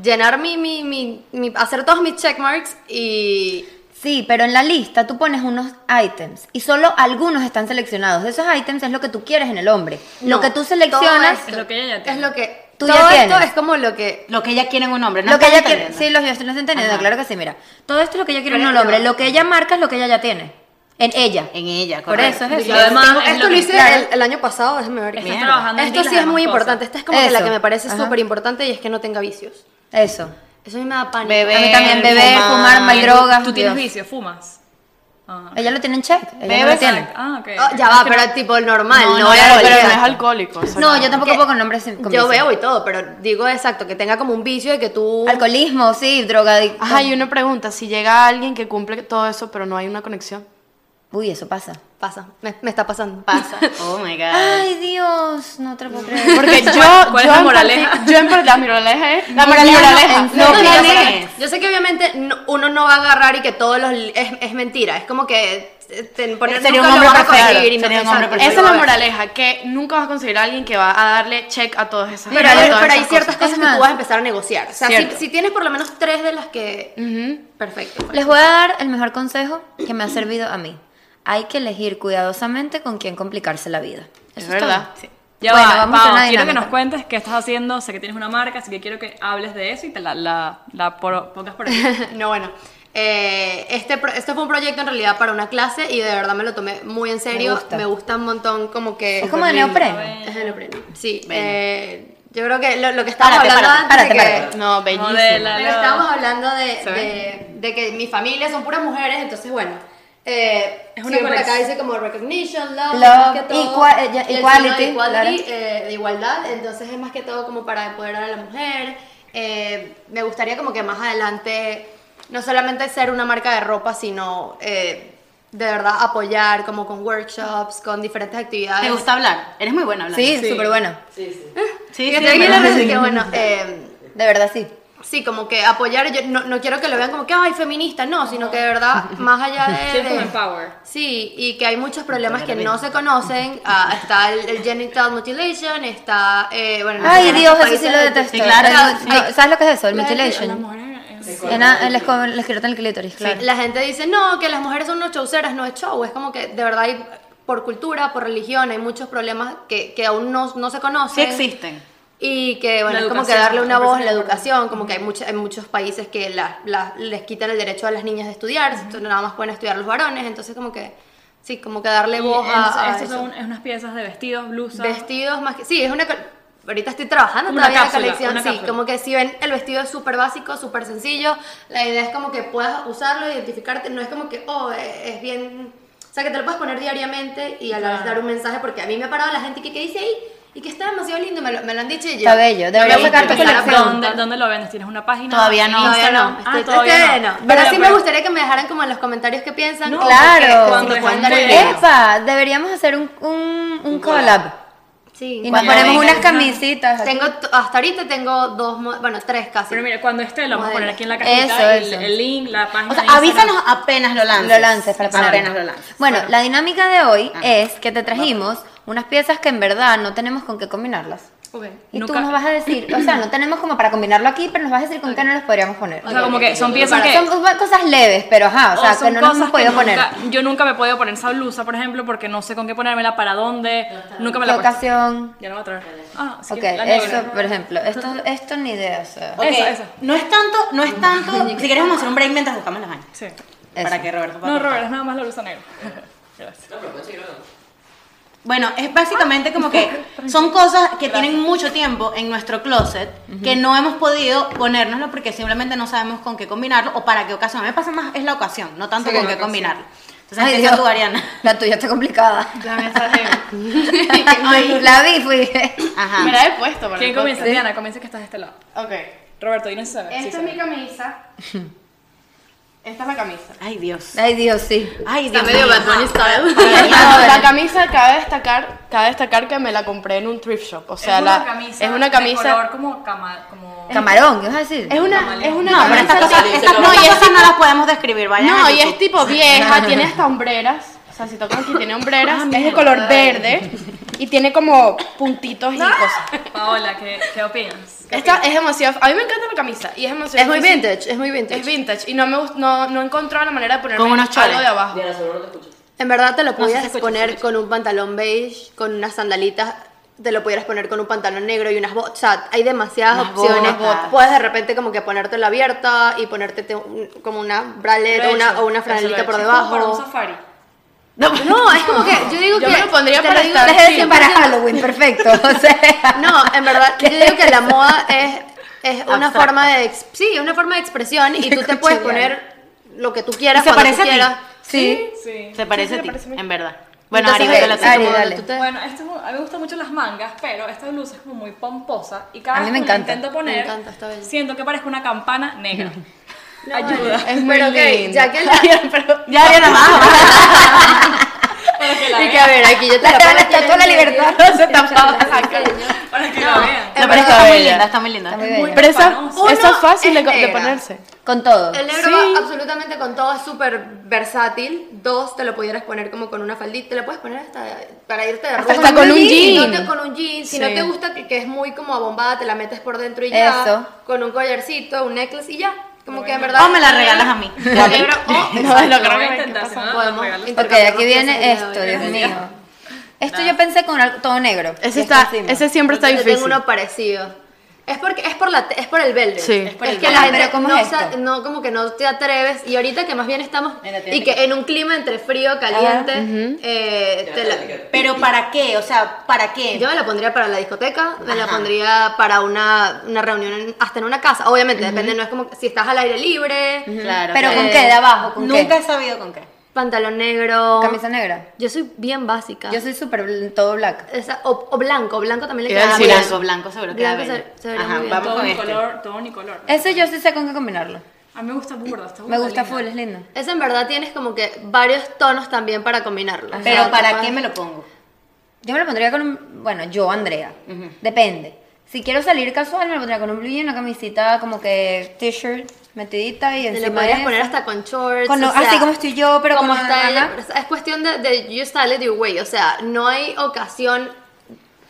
Speaker 5: llenar mi, mi, mi, mi- hacer todos mis checkmarks y.
Speaker 3: Sí, pero en la lista tú pones unos items y solo algunos están seleccionados. De esos items es lo que tú quieres en el hombre.
Speaker 5: no,
Speaker 3: lo que tú
Speaker 5: todo
Speaker 3: seleccionas,
Speaker 5: esto
Speaker 4: Es lo que ella ya
Speaker 5: Es
Speaker 4: tiene.
Speaker 5: lo que.
Speaker 3: Tú
Speaker 5: todo
Speaker 3: ya
Speaker 5: esto
Speaker 3: tienes.
Speaker 5: es como lo que.
Speaker 2: Lo que ella quiere en un hombre. ¿no
Speaker 3: lo que
Speaker 2: estás
Speaker 3: ella quiere.
Speaker 2: entendiendo?
Speaker 3: Sí, los yo estoy entendiendo,
Speaker 2: Ajá.
Speaker 3: claro que sí, mira. Todo esto es lo que ella quiere en
Speaker 5: Pero
Speaker 3: un
Speaker 5: yo-
Speaker 3: hombre. Lo que ella marca es lo que ella ya tiene. En ella.
Speaker 2: En ella,
Speaker 3: Por
Speaker 2: correcto.
Speaker 3: eso es eso.
Speaker 4: Lo demás
Speaker 5: Tengo-
Speaker 4: es
Speaker 5: esto
Speaker 4: lo
Speaker 5: lo,
Speaker 4: que-
Speaker 5: hice
Speaker 3: claro.
Speaker 5: el, el año pasado, déjame ver.
Speaker 4: Estás
Speaker 5: Mierda.
Speaker 4: trabajando en ti
Speaker 5: Esto
Speaker 4: las
Speaker 5: sí es
Speaker 4: demás
Speaker 5: muy
Speaker 4: cosas.
Speaker 5: importante. Esta es como que la
Speaker 3: Eso.
Speaker 5: que me parece
Speaker 3: Ajá.
Speaker 5: súper importante y es que no tenga vicios.
Speaker 3: Eso.
Speaker 5: Eso a mí me da pánico.
Speaker 2: Beber,
Speaker 3: a mí también beber,
Speaker 2: fumar.
Speaker 3: fumar, mal
Speaker 4: Tú-
Speaker 3: drogas.
Speaker 4: Tú tienes
Speaker 3: Dios.
Speaker 4: vicio, fumas. Ah,
Speaker 3: Ella lo tiene en check. Ella no lo
Speaker 2: Bebes,
Speaker 3: tiene.
Speaker 4: ah, ok.
Speaker 5: Oh, ya va, pero tipo normal, no,
Speaker 6: No,
Speaker 5: alcohol,
Speaker 6: pero no es
Speaker 5: exacto.
Speaker 6: alcohólico. o sea,
Speaker 3: No, yo tampoco
Speaker 5: Que-
Speaker 3: puedo con nombres sin con
Speaker 5: Yo
Speaker 3: vicio.
Speaker 5: veo y todo, pero digo exacto, que tenga como un vicio de que tú...
Speaker 3: Alcoholismo, sí, drogadicto.
Speaker 6: Ajá, y una pregunta, si llega alguien que cumple todo eso, pero no hay una conexión.
Speaker 3: Uy, eso pasa.
Speaker 5: Pasa, me, me está pasando.
Speaker 2: Pasa. Oh my God.
Speaker 3: Ay, Dios, no te lo puedo creer.
Speaker 6: Porque yo,
Speaker 4: cuál es
Speaker 6: yo
Speaker 4: la
Speaker 6: en
Speaker 4: moraleja?
Speaker 6: parti- yo en par- la moraleja es
Speaker 2: La moraleja, en
Speaker 6: No,
Speaker 2: serio.
Speaker 6: que yo
Speaker 2: ¿Quién
Speaker 6: sé-
Speaker 2: es?
Speaker 5: Yo sé que obviamente no- uno no va a agarrar y que todos los... li- Es, es mentira, es como que... eh, te- poner-
Speaker 2: Sería un
Speaker 5: nunca
Speaker 2: hombre
Speaker 5: lo vas a
Speaker 2: perfecto,
Speaker 5: conseguir y no
Speaker 2: sería un
Speaker 5: te-
Speaker 2: hombre perfecto.
Speaker 5: Eso
Speaker 6: Esa es
Speaker 5: lo
Speaker 6: la
Speaker 5: ves.
Speaker 6: moraleja, que nunca vas a conseguir a alguien que va a darle check a todas esas
Speaker 5: Pero,
Speaker 6: a
Speaker 5: hay,
Speaker 6: todas
Speaker 5: pero hay
Speaker 6: esas
Speaker 5: ciertas
Speaker 3: cosas.
Speaker 5: cosas, que
Speaker 3: Ajá.
Speaker 5: tú vas a empezar a negociar. O sea, si,
Speaker 6: Cierto.
Speaker 5: si tienes por lo menos tres de las que... Perfecto. pues.
Speaker 3: Les voy a dar el mejor consejo que me ha servido a mí. Hay que elegir cuidadosamente con quién complicarse la vida.
Speaker 6: Es
Speaker 3: Eso
Speaker 6: verdad.
Speaker 3: todo.
Speaker 6: Sí.
Speaker 4: Ya
Speaker 3: Bueno,
Speaker 4: va,
Speaker 3: vamos a hacer
Speaker 4: Pau,
Speaker 3: una
Speaker 4: quiero que
Speaker 3: dinámica.
Speaker 4: nos cuentes qué estás haciendo. Sé que tienes una marca, así que quiero que hables de eso y te la, la, la por- pongas por aquí.
Speaker 5: no, bueno. eh, este, pro- este fue un proyecto en realidad para una clase y de verdad me lo tomé muy en serio. Me
Speaker 3: gusta.
Speaker 5: gusta, un montón como que...
Speaker 3: Es como de neopreno.
Speaker 5: Es neopreno. Sí. eh, yo creo que lo, lo que estábamos
Speaker 3: Párate,
Speaker 5: hablando
Speaker 3: párate,
Speaker 5: antes de
Speaker 3: párate,
Speaker 5: que-
Speaker 3: párate.
Speaker 6: No, bellísimo.
Speaker 4: Modela,
Speaker 5: Pero
Speaker 4: la-
Speaker 5: estábamos hablando de,
Speaker 4: ¿Se
Speaker 5: de, de que mi familia son puras mujeres, entonces bueno. Eh,
Speaker 4: Es
Speaker 5: es
Speaker 4: una
Speaker 5: una por acá
Speaker 4: conexión.
Speaker 5: dice como recognition, love,
Speaker 3: Love,
Speaker 5: más que todo,
Speaker 3: equa- eh, ya-
Speaker 5: y el
Speaker 3: equality,
Speaker 5: signo de equality,
Speaker 3: claro.
Speaker 5: eh, de igualdad, entonces es más que todo como para empoderar a la mujer. Eh, me gustaría como que más adelante no solamente ser una marca de ropa, sino eh, de verdad apoyar como con workshops, con diferentes actividades.
Speaker 2: ¿Te gusta hablar? Eres muy buena hablando.
Speaker 3: Sí, súper bueno.
Speaker 7: Sí, sí.
Speaker 2: sí,
Speaker 5: Y
Speaker 2: sí.
Speaker 5: que te diga
Speaker 2: pero-
Speaker 5: la verdad que, bueno, eh,
Speaker 3: De verdad, sí.
Speaker 5: Sí, como que apoyar, yo no, no quiero que lo vean como que, ay, feminista, no, sino que de verdad, más allá de...
Speaker 4: Quieres como
Speaker 5: de-
Speaker 4: empower.
Speaker 5: Sí, y que hay muchos problemas que no se conocen, ah, está el, el genital mutilation, está, eh, bueno... no sé,
Speaker 3: Ay,
Speaker 5: en
Speaker 3: Dios,
Speaker 5: estos
Speaker 3: eso sí
Speaker 5: países
Speaker 3: lo
Speaker 5: de-
Speaker 3: detesto.
Speaker 2: Sí, claro.
Speaker 3: El- no, ¿Sabes lo que es eso? El
Speaker 5: La-
Speaker 4: Las
Speaker 3: mutilation.
Speaker 4: mujeres, eh,
Speaker 3: En la- en la esco- El escroto en el clítoris, claro.
Speaker 5: La gente dice, no, que las mujeres son unos chauceras, no es show, es como que de verdad hay, por cultura, por religión, hay muchos problemas que, que aún no, no se
Speaker 2: Sí
Speaker 5: conocen.
Speaker 2: existen.
Speaker 5: Y que, bueno,
Speaker 4: La
Speaker 5: es como que
Speaker 4: educación,
Speaker 5: darle una
Speaker 4: me
Speaker 5: voz a
Speaker 4: parece
Speaker 5: la
Speaker 4: muy
Speaker 5: educación, como que hay, mucha- hay muchos países que la- la- les quitan el derecho a las niñas de estudiar, entonces nada más pueden estudiar los varones, entonces como que, sí, como que darle
Speaker 4: Y
Speaker 5: voz
Speaker 4: es-
Speaker 5: a, a
Speaker 4: estos
Speaker 5: eso.
Speaker 4: son unas piezas de vestidos, blusas.
Speaker 5: Vestidos más que, sí, es una, co- ahorita estoy trabajando
Speaker 4: Como una
Speaker 5: todavía en
Speaker 4: cápsula,
Speaker 5: la colección,
Speaker 4: una
Speaker 5: sí,
Speaker 4: cápsula.
Speaker 5: como que si ven el vestido es súper básico, súper sencillo, la idea es como que puedas usarlo, identificarte, no es como que, oh, eh, es bien, o sea, que te lo puedes poner diariamente y a la vez dar un mensaje, porque a mí me ha parado la gente que, que dice ahí, y que está demasiado lindo, me lo, me lo han dicho y yo.
Speaker 3: Está bello, debería
Speaker 5: Yo voy a
Speaker 3: sacar tu
Speaker 5: empezar a
Speaker 3: colección. Este
Speaker 4: ¿Dónde, dónde lo vendes? ¿Tienes una página?
Speaker 2: Todavía no.
Speaker 5: Todavía
Speaker 4: Instagram?
Speaker 5: no,
Speaker 4: Ah,
Speaker 5: estoy-
Speaker 4: todavía
Speaker 5: estoy-
Speaker 4: no.
Speaker 5: Pero sí me gustaría que me dejaran como en los comentarios qué piensan.
Speaker 4: No,
Speaker 5: como
Speaker 3: claro.
Speaker 5: que-
Speaker 4: Cuando
Speaker 5: si me pueden
Speaker 4: dejan
Speaker 5: dar
Speaker 4: de-
Speaker 5: ideas.
Speaker 3: Epa, deberíamos hacer un, un, un collab.
Speaker 5: Sí.
Speaker 3: Y nos
Speaker 2: Cuando
Speaker 3: ponemos
Speaker 2: venga.
Speaker 3: unas camisitas. aquí.
Speaker 5: Tengo, t- hasta ahorita tengo dos, mo- bueno, tres casi.
Speaker 4: Pero mira, cuando esté, lo vamos a poner aquí en la
Speaker 3: Eso,
Speaker 4: cajita el,
Speaker 3: eso.
Speaker 4: el link, la página.
Speaker 2: O sea,
Speaker 4: de Instagram.
Speaker 2: avísanos apenas lo lances.
Speaker 3: Lo lances para ponerlo.
Speaker 2: Apenas lo lances. Ah.
Speaker 3: Bueno, la dinámica de hoy es que te trajimos unas piezas que en verdad no tenemos con qué combinarlas. Y
Speaker 4: Nunca-
Speaker 3: tú nos vas a decir, o sea, no tenemos como para combinarlo aquí, pero nos vas a decir con qué no los podríamos poner.
Speaker 4: O sea, como que son piezas que...
Speaker 3: Son cosas leves, pero ajá, o sea,
Speaker 4: son
Speaker 3: que no nos
Speaker 4: cosas
Speaker 3: hemos
Speaker 4: que
Speaker 3: podido poner.
Speaker 4: nunca- Yo nunca me he podido poner esa blusa, por ejemplo, porque no sé con qué ponérmela, para dónde. Nunca me la
Speaker 3: La
Speaker 4: he puesto.
Speaker 3: ocasión.
Speaker 4: Ya no va a traer. Ah, sí,
Speaker 3: Ok,
Speaker 4: la negra.
Speaker 3: eso, por ejemplo, esto, esto ni idea, o sea.
Speaker 2: Ok,
Speaker 4: Eso, eso.
Speaker 2: No es tanto, no es tanto. si querés vamos a hacer un break mientras buscamos las vainas.
Speaker 4: Sí.
Speaker 2: Para
Speaker 3: Eso.
Speaker 2: que Roberto pueda
Speaker 4: No,
Speaker 2: cortar.
Speaker 4: Robert, es nada más la blusa negra. Gracias.
Speaker 2: Bueno, es básicamente como que son cosas que tienen mucho tiempo en nuestro closet que no hemos podido ponérnoslo porque simplemente no sabemos con qué combinarlo o para qué ocasión. A mí me pasa más es la ocasión, no tanto con qué combinarlo. Entonces,
Speaker 3: Ay,
Speaker 2: empieza
Speaker 3: Dios,
Speaker 2: tú, Ariana.
Speaker 3: La tuya está complicada.
Speaker 6: La mesa de.
Speaker 3: Ay, la vi, fui.
Speaker 2: Ajá.
Speaker 6: Ah. Me la he puesto, por
Speaker 4: ¿Quién comienza? Diana, comienza que estás de este lado.
Speaker 6: Ok.
Speaker 4: Roberto, dinos si sabes.
Speaker 6: Esta
Speaker 4: Sí,
Speaker 6: es
Speaker 4: sabes.
Speaker 6: mi camisa. Esta es la camisa.
Speaker 2: Ay, Dios.
Speaker 3: Ay, Dios, sí.
Speaker 2: Ay,
Speaker 8: Está
Speaker 2: Dios.
Speaker 8: medio
Speaker 2: mío.
Speaker 8: Bad Bunny style.
Speaker 6: No, la camisa cabe destacar, cabe destacar que me la compré en un thrift shop, o sea,
Speaker 4: es
Speaker 6: la-
Speaker 4: una camisa.
Speaker 6: es una
Speaker 4: De color
Speaker 6: camisa,
Speaker 4: como cama. Como...
Speaker 3: Camarón, ¿qué vas a decir?
Speaker 6: es una, es una
Speaker 2: No, pero
Speaker 6: camisa
Speaker 2: estas cosas,
Speaker 6: que-
Speaker 2: estas
Speaker 6: no,
Speaker 2: cosas
Speaker 6: y es
Speaker 2: no las podemos describir, vaya.
Speaker 6: No, y es tipo vieja, tiene hasta hombreras. O sea, si tocan aquí tiene hombreras, es de color verde y tiene como puntitos y cosas.
Speaker 4: Paola, ¿qué, qué opinas?
Speaker 6: Esta es demasiado. A mí me encanta la camisa y es demasiado.
Speaker 5: Es muy
Speaker 6: difícil.
Speaker 5: vintage, es muy vintage.
Speaker 6: Es vintage y no me gust- no no he encontrado la manera de ponerme
Speaker 2: Con unos chores.
Speaker 6: algo de abajo.
Speaker 7: Diana, seguro no te escuchas.
Speaker 5: En verdad te lo podías poner con un pantalón beige, con unas sandalitas, te lo pudieras poner con un pantalón negro y unas botas. O sea, hay demasiadas
Speaker 2: Unas
Speaker 5: opciones.
Speaker 2: botas.
Speaker 5: Puedes de repente como que ponértela abierta y ponerte te- un- como una
Speaker 4: Lo
Speaker 5: bralet
Speaker 4: he
Speaker 5: o una,
Speaker 4: hecho,
Speaker 5: o una
Speaker 4: eso lo he
Speaker 5: franelita por
Speaker 4: hecho. Es como Para un
Speaker 5: debajo.
Speaker 4: safari.
Speaker 5: No, no, es como que yo digo
Speaker 6: Yo
Speaker 5: que
Speaker 6: me lo pondría
Speaker 5: te
Speaker 6: para
Speaker 5: digo
Speaker 6: estar
Speaker 5: desde
Speaker 6: chill.
Speaker 5: siempre.
Speaker 3: Para Halloween, perfecto. O sea,
Speaker 5: No, en verdad, yo digo que la moda es, es una forma de ex- sí, es una forma de expresión y tú te puedes poner lo que tú
Speaker 2: ¿Y
Speaker 5: quieras
Speaker 2: se
Speaker 5: cuando tú
Speaker 2: parece a ti?
Speaker 5: quieras.
Speaker 3: sí.
Speaker 4: Sí.
Speaker 2: Se parece a ti, en verdad. Bueno,
Speaker 5: Entonces,
Speaker 2: Ari, vete
Speaker 5: sí,
Speaker 2: la
Speaker 3: Ari,
Speaker 5: como
Speaker 2: tuya.
Speaker 3: dale.
Speaker 5: tú te-
Speaker 4: Bueno, esto es un- a mí me gustan mucho las mangas, pero esta blusa es como muy pomposa y cada
Speaker 3: A
Speaker 4: vez
Speaker 3: mí
Speaker 4: que
Speaker 3: me
Speaker 4: me
Speaker 3: encanta.
Speaker 4: la intento poner,
Speaker 5: Me encanta, está bien.
Speaker 4: siento que parezco una campana negra.
Speaker 6: Es muy
Speaker 5: Pero ok,
Speaker 6: lindo.
Speaker 5: ya que la,
Speaker 2: Ya, Ariana, baja, baja.
Speaker 4: Para que la
Speaker 5: Y que a
Speaker 4: vean.
Speaker 5: ver, aquí yo te la
Speaker 3: Está
Speaker 5: pongo,
Speaker 3: la estatua de la
Speaker 5: tiene-
Speaker 3: libertad.
Speaker 4: Para que la vean.
Speaker 2: No, pero está muy linda, está muy linda.
Speaker 3: Está muy bella.
Speaker 6: Pero esa,
Speaker 4: Panosa.
Speaker 6: esa es
Speaker 5: es
Speaker 6: fácil de, co- de
Speaker 5: negra.
Speaker 6: ponerse.
Speaker 3: Con todo.
Speaker 5: El negro va absolutamente con todo, es súper versátil. Dos, te lo pudieras poner como con una faldita, te lo puedes poner hasta para irte de
Speaker 3: Hasta
Speaker 5: rumba.
Speaker 3: con un
Speaker 5: Si no
Speaker 3: jean.
Speaker 5: te- con un jean, si no
Speaker 6: Sí.
Speaker 5: te gusta que, que es muy como abombada, te la metes por dentro y ya.
Speaker 3: Eso.
Speaker 5: Con un collarcito, un necklace y ya. Como que en verdad.
Speaker 2: O Oh, me la regalas a mí.
Speaker 5: El negro, o-
Speaker 4: Lo
Speaker 6: creo
Speaker 4: voy a
Speaker 6: que-
Speaker 4: intentar, si no, no
Speaker 5: podemos
Speaker 4: regalo.
Speaker 3: Ok,
Speaker 5: intercambiar
Speaker 3: aquí
Speaker 5: las
Speaker 3: viene
Speaker 5: piezas
Speaker 3: esto,
Speaker 5: el día
Speaker 3: Dios
Speaker 5: de hoy.
Speaker 3: mío. Esto yo pensé con al- todo negro.
Speaker 6: Ese
Speaker 3: Y esto
Speaker 6: está,
Speaker 3: encima.
Speaker 6: ese siempre está
Speaker 5: Yo
Speaker 6: difícil.
Speaker 5: tengo uno parecido. Es porque es por la te- es por el velvet.
Speaker 6: Sí.
Speaker 5: Es,
Speaker 6: Es
Speaker 5: por el que
Speaker 3: velvet.
Speaker 5: la
Speaker 3: Ah,
Speaker 5: gente
Speaker 3: pero ¿cómo
Speaker 5: no,
Speaker 3: es
Speaker 5: sa-
Speaker 3: esto?
Speaker 5: no como que no te atreves y ahorita que más bien estamos
Speaker 8: Mira, tiene
Speaker 5: y que en un clima entre frío caliente eh, te la-
Speaker 2: Pero ¿para qué? O sea, ¿para qué?
Speaker 5: yo me la pondría para la discoteca, me la
Speaker 2: Ajá.
Speaker 5: pondría para una, una reunión en- hasta en una casa. Obviamente, depende, no es como si estás al aire libre,
Speaker 2: Claro.
Speaker 3: Pero con
Speaker 5: Eh,
Speaker 3: qué, de abajo, con qué.
Speaker 2: Nunca he sabido con qué.
Speaker 5: pantalón negro.
Speaker 3: Camisa negra.
Speaker 5: Yo soy bien básica.
Speaker 3: Yo soy súper bl- todo blanco.
Speaker 5: Esa- o, o blanco, blanco también le
Speaker 6: Iba a
Speaker 5: queda
Speaker 6: decir
Speaker 5: bien.
Speaker 2: blanco, blanco seguro que
Speaker 5: Blanco
Speaker 2: bello.
Speaker 5: se- se vería
Speaker 2: Ajá,
Speaker 5: muy bien.
Speaker 2: vamos
Speaker 4: Todo
Speaker 2: con
Speaker 4: mi
Speaker 2: este.
Speaker 4: color, todo mi color.
Speaker 3: Ese yo sí sé con qué combinarlo.
Speaker 4: A mí me gusta burda, está
Speaker 3: Me
Speaker 4: burda
Speaker 3: gusta
Speaker 4: Uh, linda.
Speaker 3: full, es lindo.
Speaker 5: Esa en verdad tienes como que varios tonos también para combinarlo. O
Speaker 2: Pero
Speaker 5: sea,
Speaker 2: ¿para
Speaker 5: capaz-
Speaker 2: qué me lo pongo?
Speaker 3: Yo me lo pondría con un, bueno, yo, Andrea, depende. Si quiero salir casual, me lo pondría con un blue jean, una camisita como que t-shirt metidita y
Speaker 5: Te lo
Speaker 3: encima
Speaker 5: podrías
Speaker 3: de-
Speaker 5: poner hasta con shorts.
Speaker 3: Con lo-
Speaker 5: o sea,
Speaker 3: así como estoy yo, pero
Speaker 5: como
Speaker 3: con-
Speaker 5: está ella.
Speaker 3: ajá.
Speaker 5: pero Es cuestión de, de you style it your way. O sea, no hay ocasión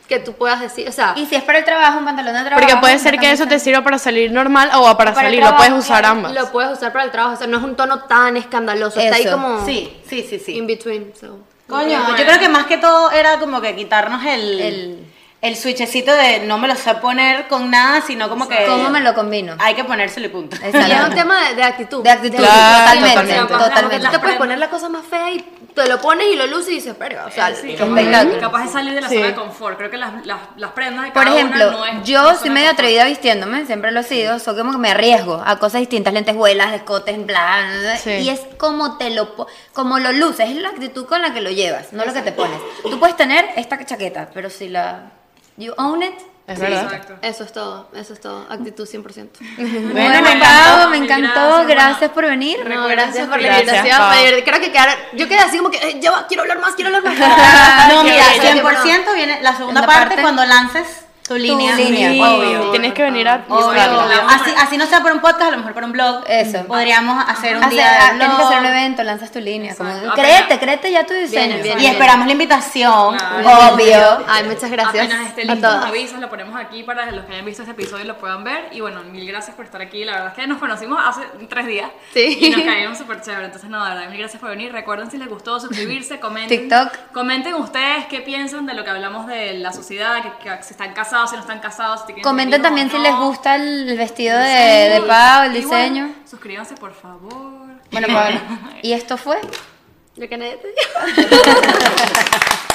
Speaker 5: que tú puedas decir. O sea,
Speaker 3: Y si es para el trabajo, un pantalón de trabajo.
Speaker 6: Porque puede ser
Speaker 3: una
Speaker 6: que eso te
Speaker 3: camisa.
Speaker 6: sirva para salir normal o para,
Speaker 3: para el
Speaker 6: salir, lo puedes
Speaker 3: trabajo,
Speaker 6: usar
Speaker 3: claro,
Speaker 6: ambas.
Speaker 5: lo puedes usar para el trabajo. O sea, no es un tono tan escandaloso. Está ahí
Speaker 3: Eso,
Speaker 5: como
Speaker 2: Sí, sí, sí, sí.
Speaker 5: in between. so.
Speaker 2: Coño, yo creo que más que todo era como que quitarnos el, el, switchecito de no me lo sé poner con nada, sino como que
Speaker 3: ¿Cómo me lo combino?
Speaker 2: hay que ponérselo y punto.
Speaker 5: Y es
Speaker 3: Exacto.
Speaker 5: un tema de, de actitud.
Speaker 3: De actitud,
Speaker 6: Claro,
Speaker 3: totalmente,
Speaker 4: totalmente.
Speaker 5: Porque tú
Speaker 3: totalmente.
Speaker 5: te puedes poner la cosa más fea y te lo pones y lo luces y dices, pero, o sea,
Speaker 4: Sí,
Speaker 5: qué
Speaker 4: capaz-
Speaker 3: espectáculo.
Speaker 4: Capaz de salir de la
Speaker 6: Sí.
Speaker 4: zona de confort. Creo que las, las, las prendas de cada
Speaker 3: Por ejemplo,
Speaker 4: una no es
Speaker 3: yo
Speaker 4: una
Speaker 3: soy medio
Speaker 4: zona de confort.
Speaker 3: atrevida vistiéndome, siempre lo he sido, soy como que me arriesgo a cosas distintas, lentejuelas, escotes, bla, bla, bla,
Speaker 6: Sí.
Speaker 3: y es como te lo po- como lo luces, es la actitud con la que lo llevas, no lo que te pones. Tú puedes tener esta chaqueta, pero si la you own it,
Speaker 6: Es
Speaker 4: Sí,
Speaker 6: verdad.
Speaker 4: exacto.
Speaker 5: Eso es todo, eso es todo. Actitud 100%.
Speaker 3: bueno,
Speaker 4: me
Speaker 3: me
Speaker 4: encantó,
Speaker 3: me
Speaker 4: mil
Speaker 3: encantó, gracias,
Speaker 4: gracias,
Speaker 3: por venir.
Speaker 5: No, gracias por la
Speaker 6: Gracias,
Speaker 5: invitación.
Speaker 6: Pau.
Speaker 5: Pero Creo que quedaron. Yo quedé así como que, eh, ya va, quiero hablar más, quiero hablar más.
Speaker 2: No, mira,
Speaker 5: Gracias,
Speaker 2: 100% viene la segunda
Speaker 3: Segunda
Speaker 2: parte,
Speaker 3: parte.
Speaker 2: cuando lances Tu línea.
Speaker 3: línea,
Speaker 2: Sí.
Speaker 3: obvio.
Speaker 6: Tienes que venir a
Speaker 2: Obvio.
Speaker 6: pisarla.
Speaker 2: Así, así no sea para un podcast, a lo mejor para un blog.
Speaker 3: Eso.
Speaker 2: Podríamos hacer un
Speaker 3: Hace-
Speaker 2: día de
Speaker 3: ah, tienes que hacer un
Speaker 2: blog.
Speaker 3: evento, lanzas tu línea. como,
Speaker 4: Exacto.
Speaker 3: créete,
Speaker 4: Apenas-
Speaker 3: créete ya tu diseño.
Speaker 4: viene,
Speaker 2: Y esperamos la invitación.
Speaker 3: Ah,
Speaker 4: Claro.
Speaker 3: Obvio.
Speaker 5: Ay, muchas gracias
Speaker 4: Apenas esté
Speaker 5: a
Speaker 4: listo, nos
Speaker 5: todos.
Speaker 4: avisas, lo ponemos aquí para los que hayan visto este episodio y lo puedan ver. Y bueno, mil gracias por estar aquí. La verdad es que nos conocimos hace tres días
Speaker 5: Sí.
Speaker 4: y nos caímos súper chévere. Entonces, no, de verdad, mil gracias por venir. Recuerden si les gustó, suscribirse, comenten.
Speaker 3: TikTok.
Speaker 4: Comenten ustedes qué piensan de lo que hablamos de la sociedad, que, que si están casados, si no están casados. Si tienen
Speaker 3: Comenten
Speaker 4: hijos o
Speaker 3: también si
Speaker 4: no.
Speaker 3: les gusta el el vestido de, de
Speaker 4: Diseño.
Speaker 3: Pau, el
Speaker 4: Y bueno,
Speaker 3: diseño.
Speaker 4: suscríbanse, por favor.
Speaker 3: Bueno, Pablo. Y esto fue.
Speaker 5: Lo que nadie te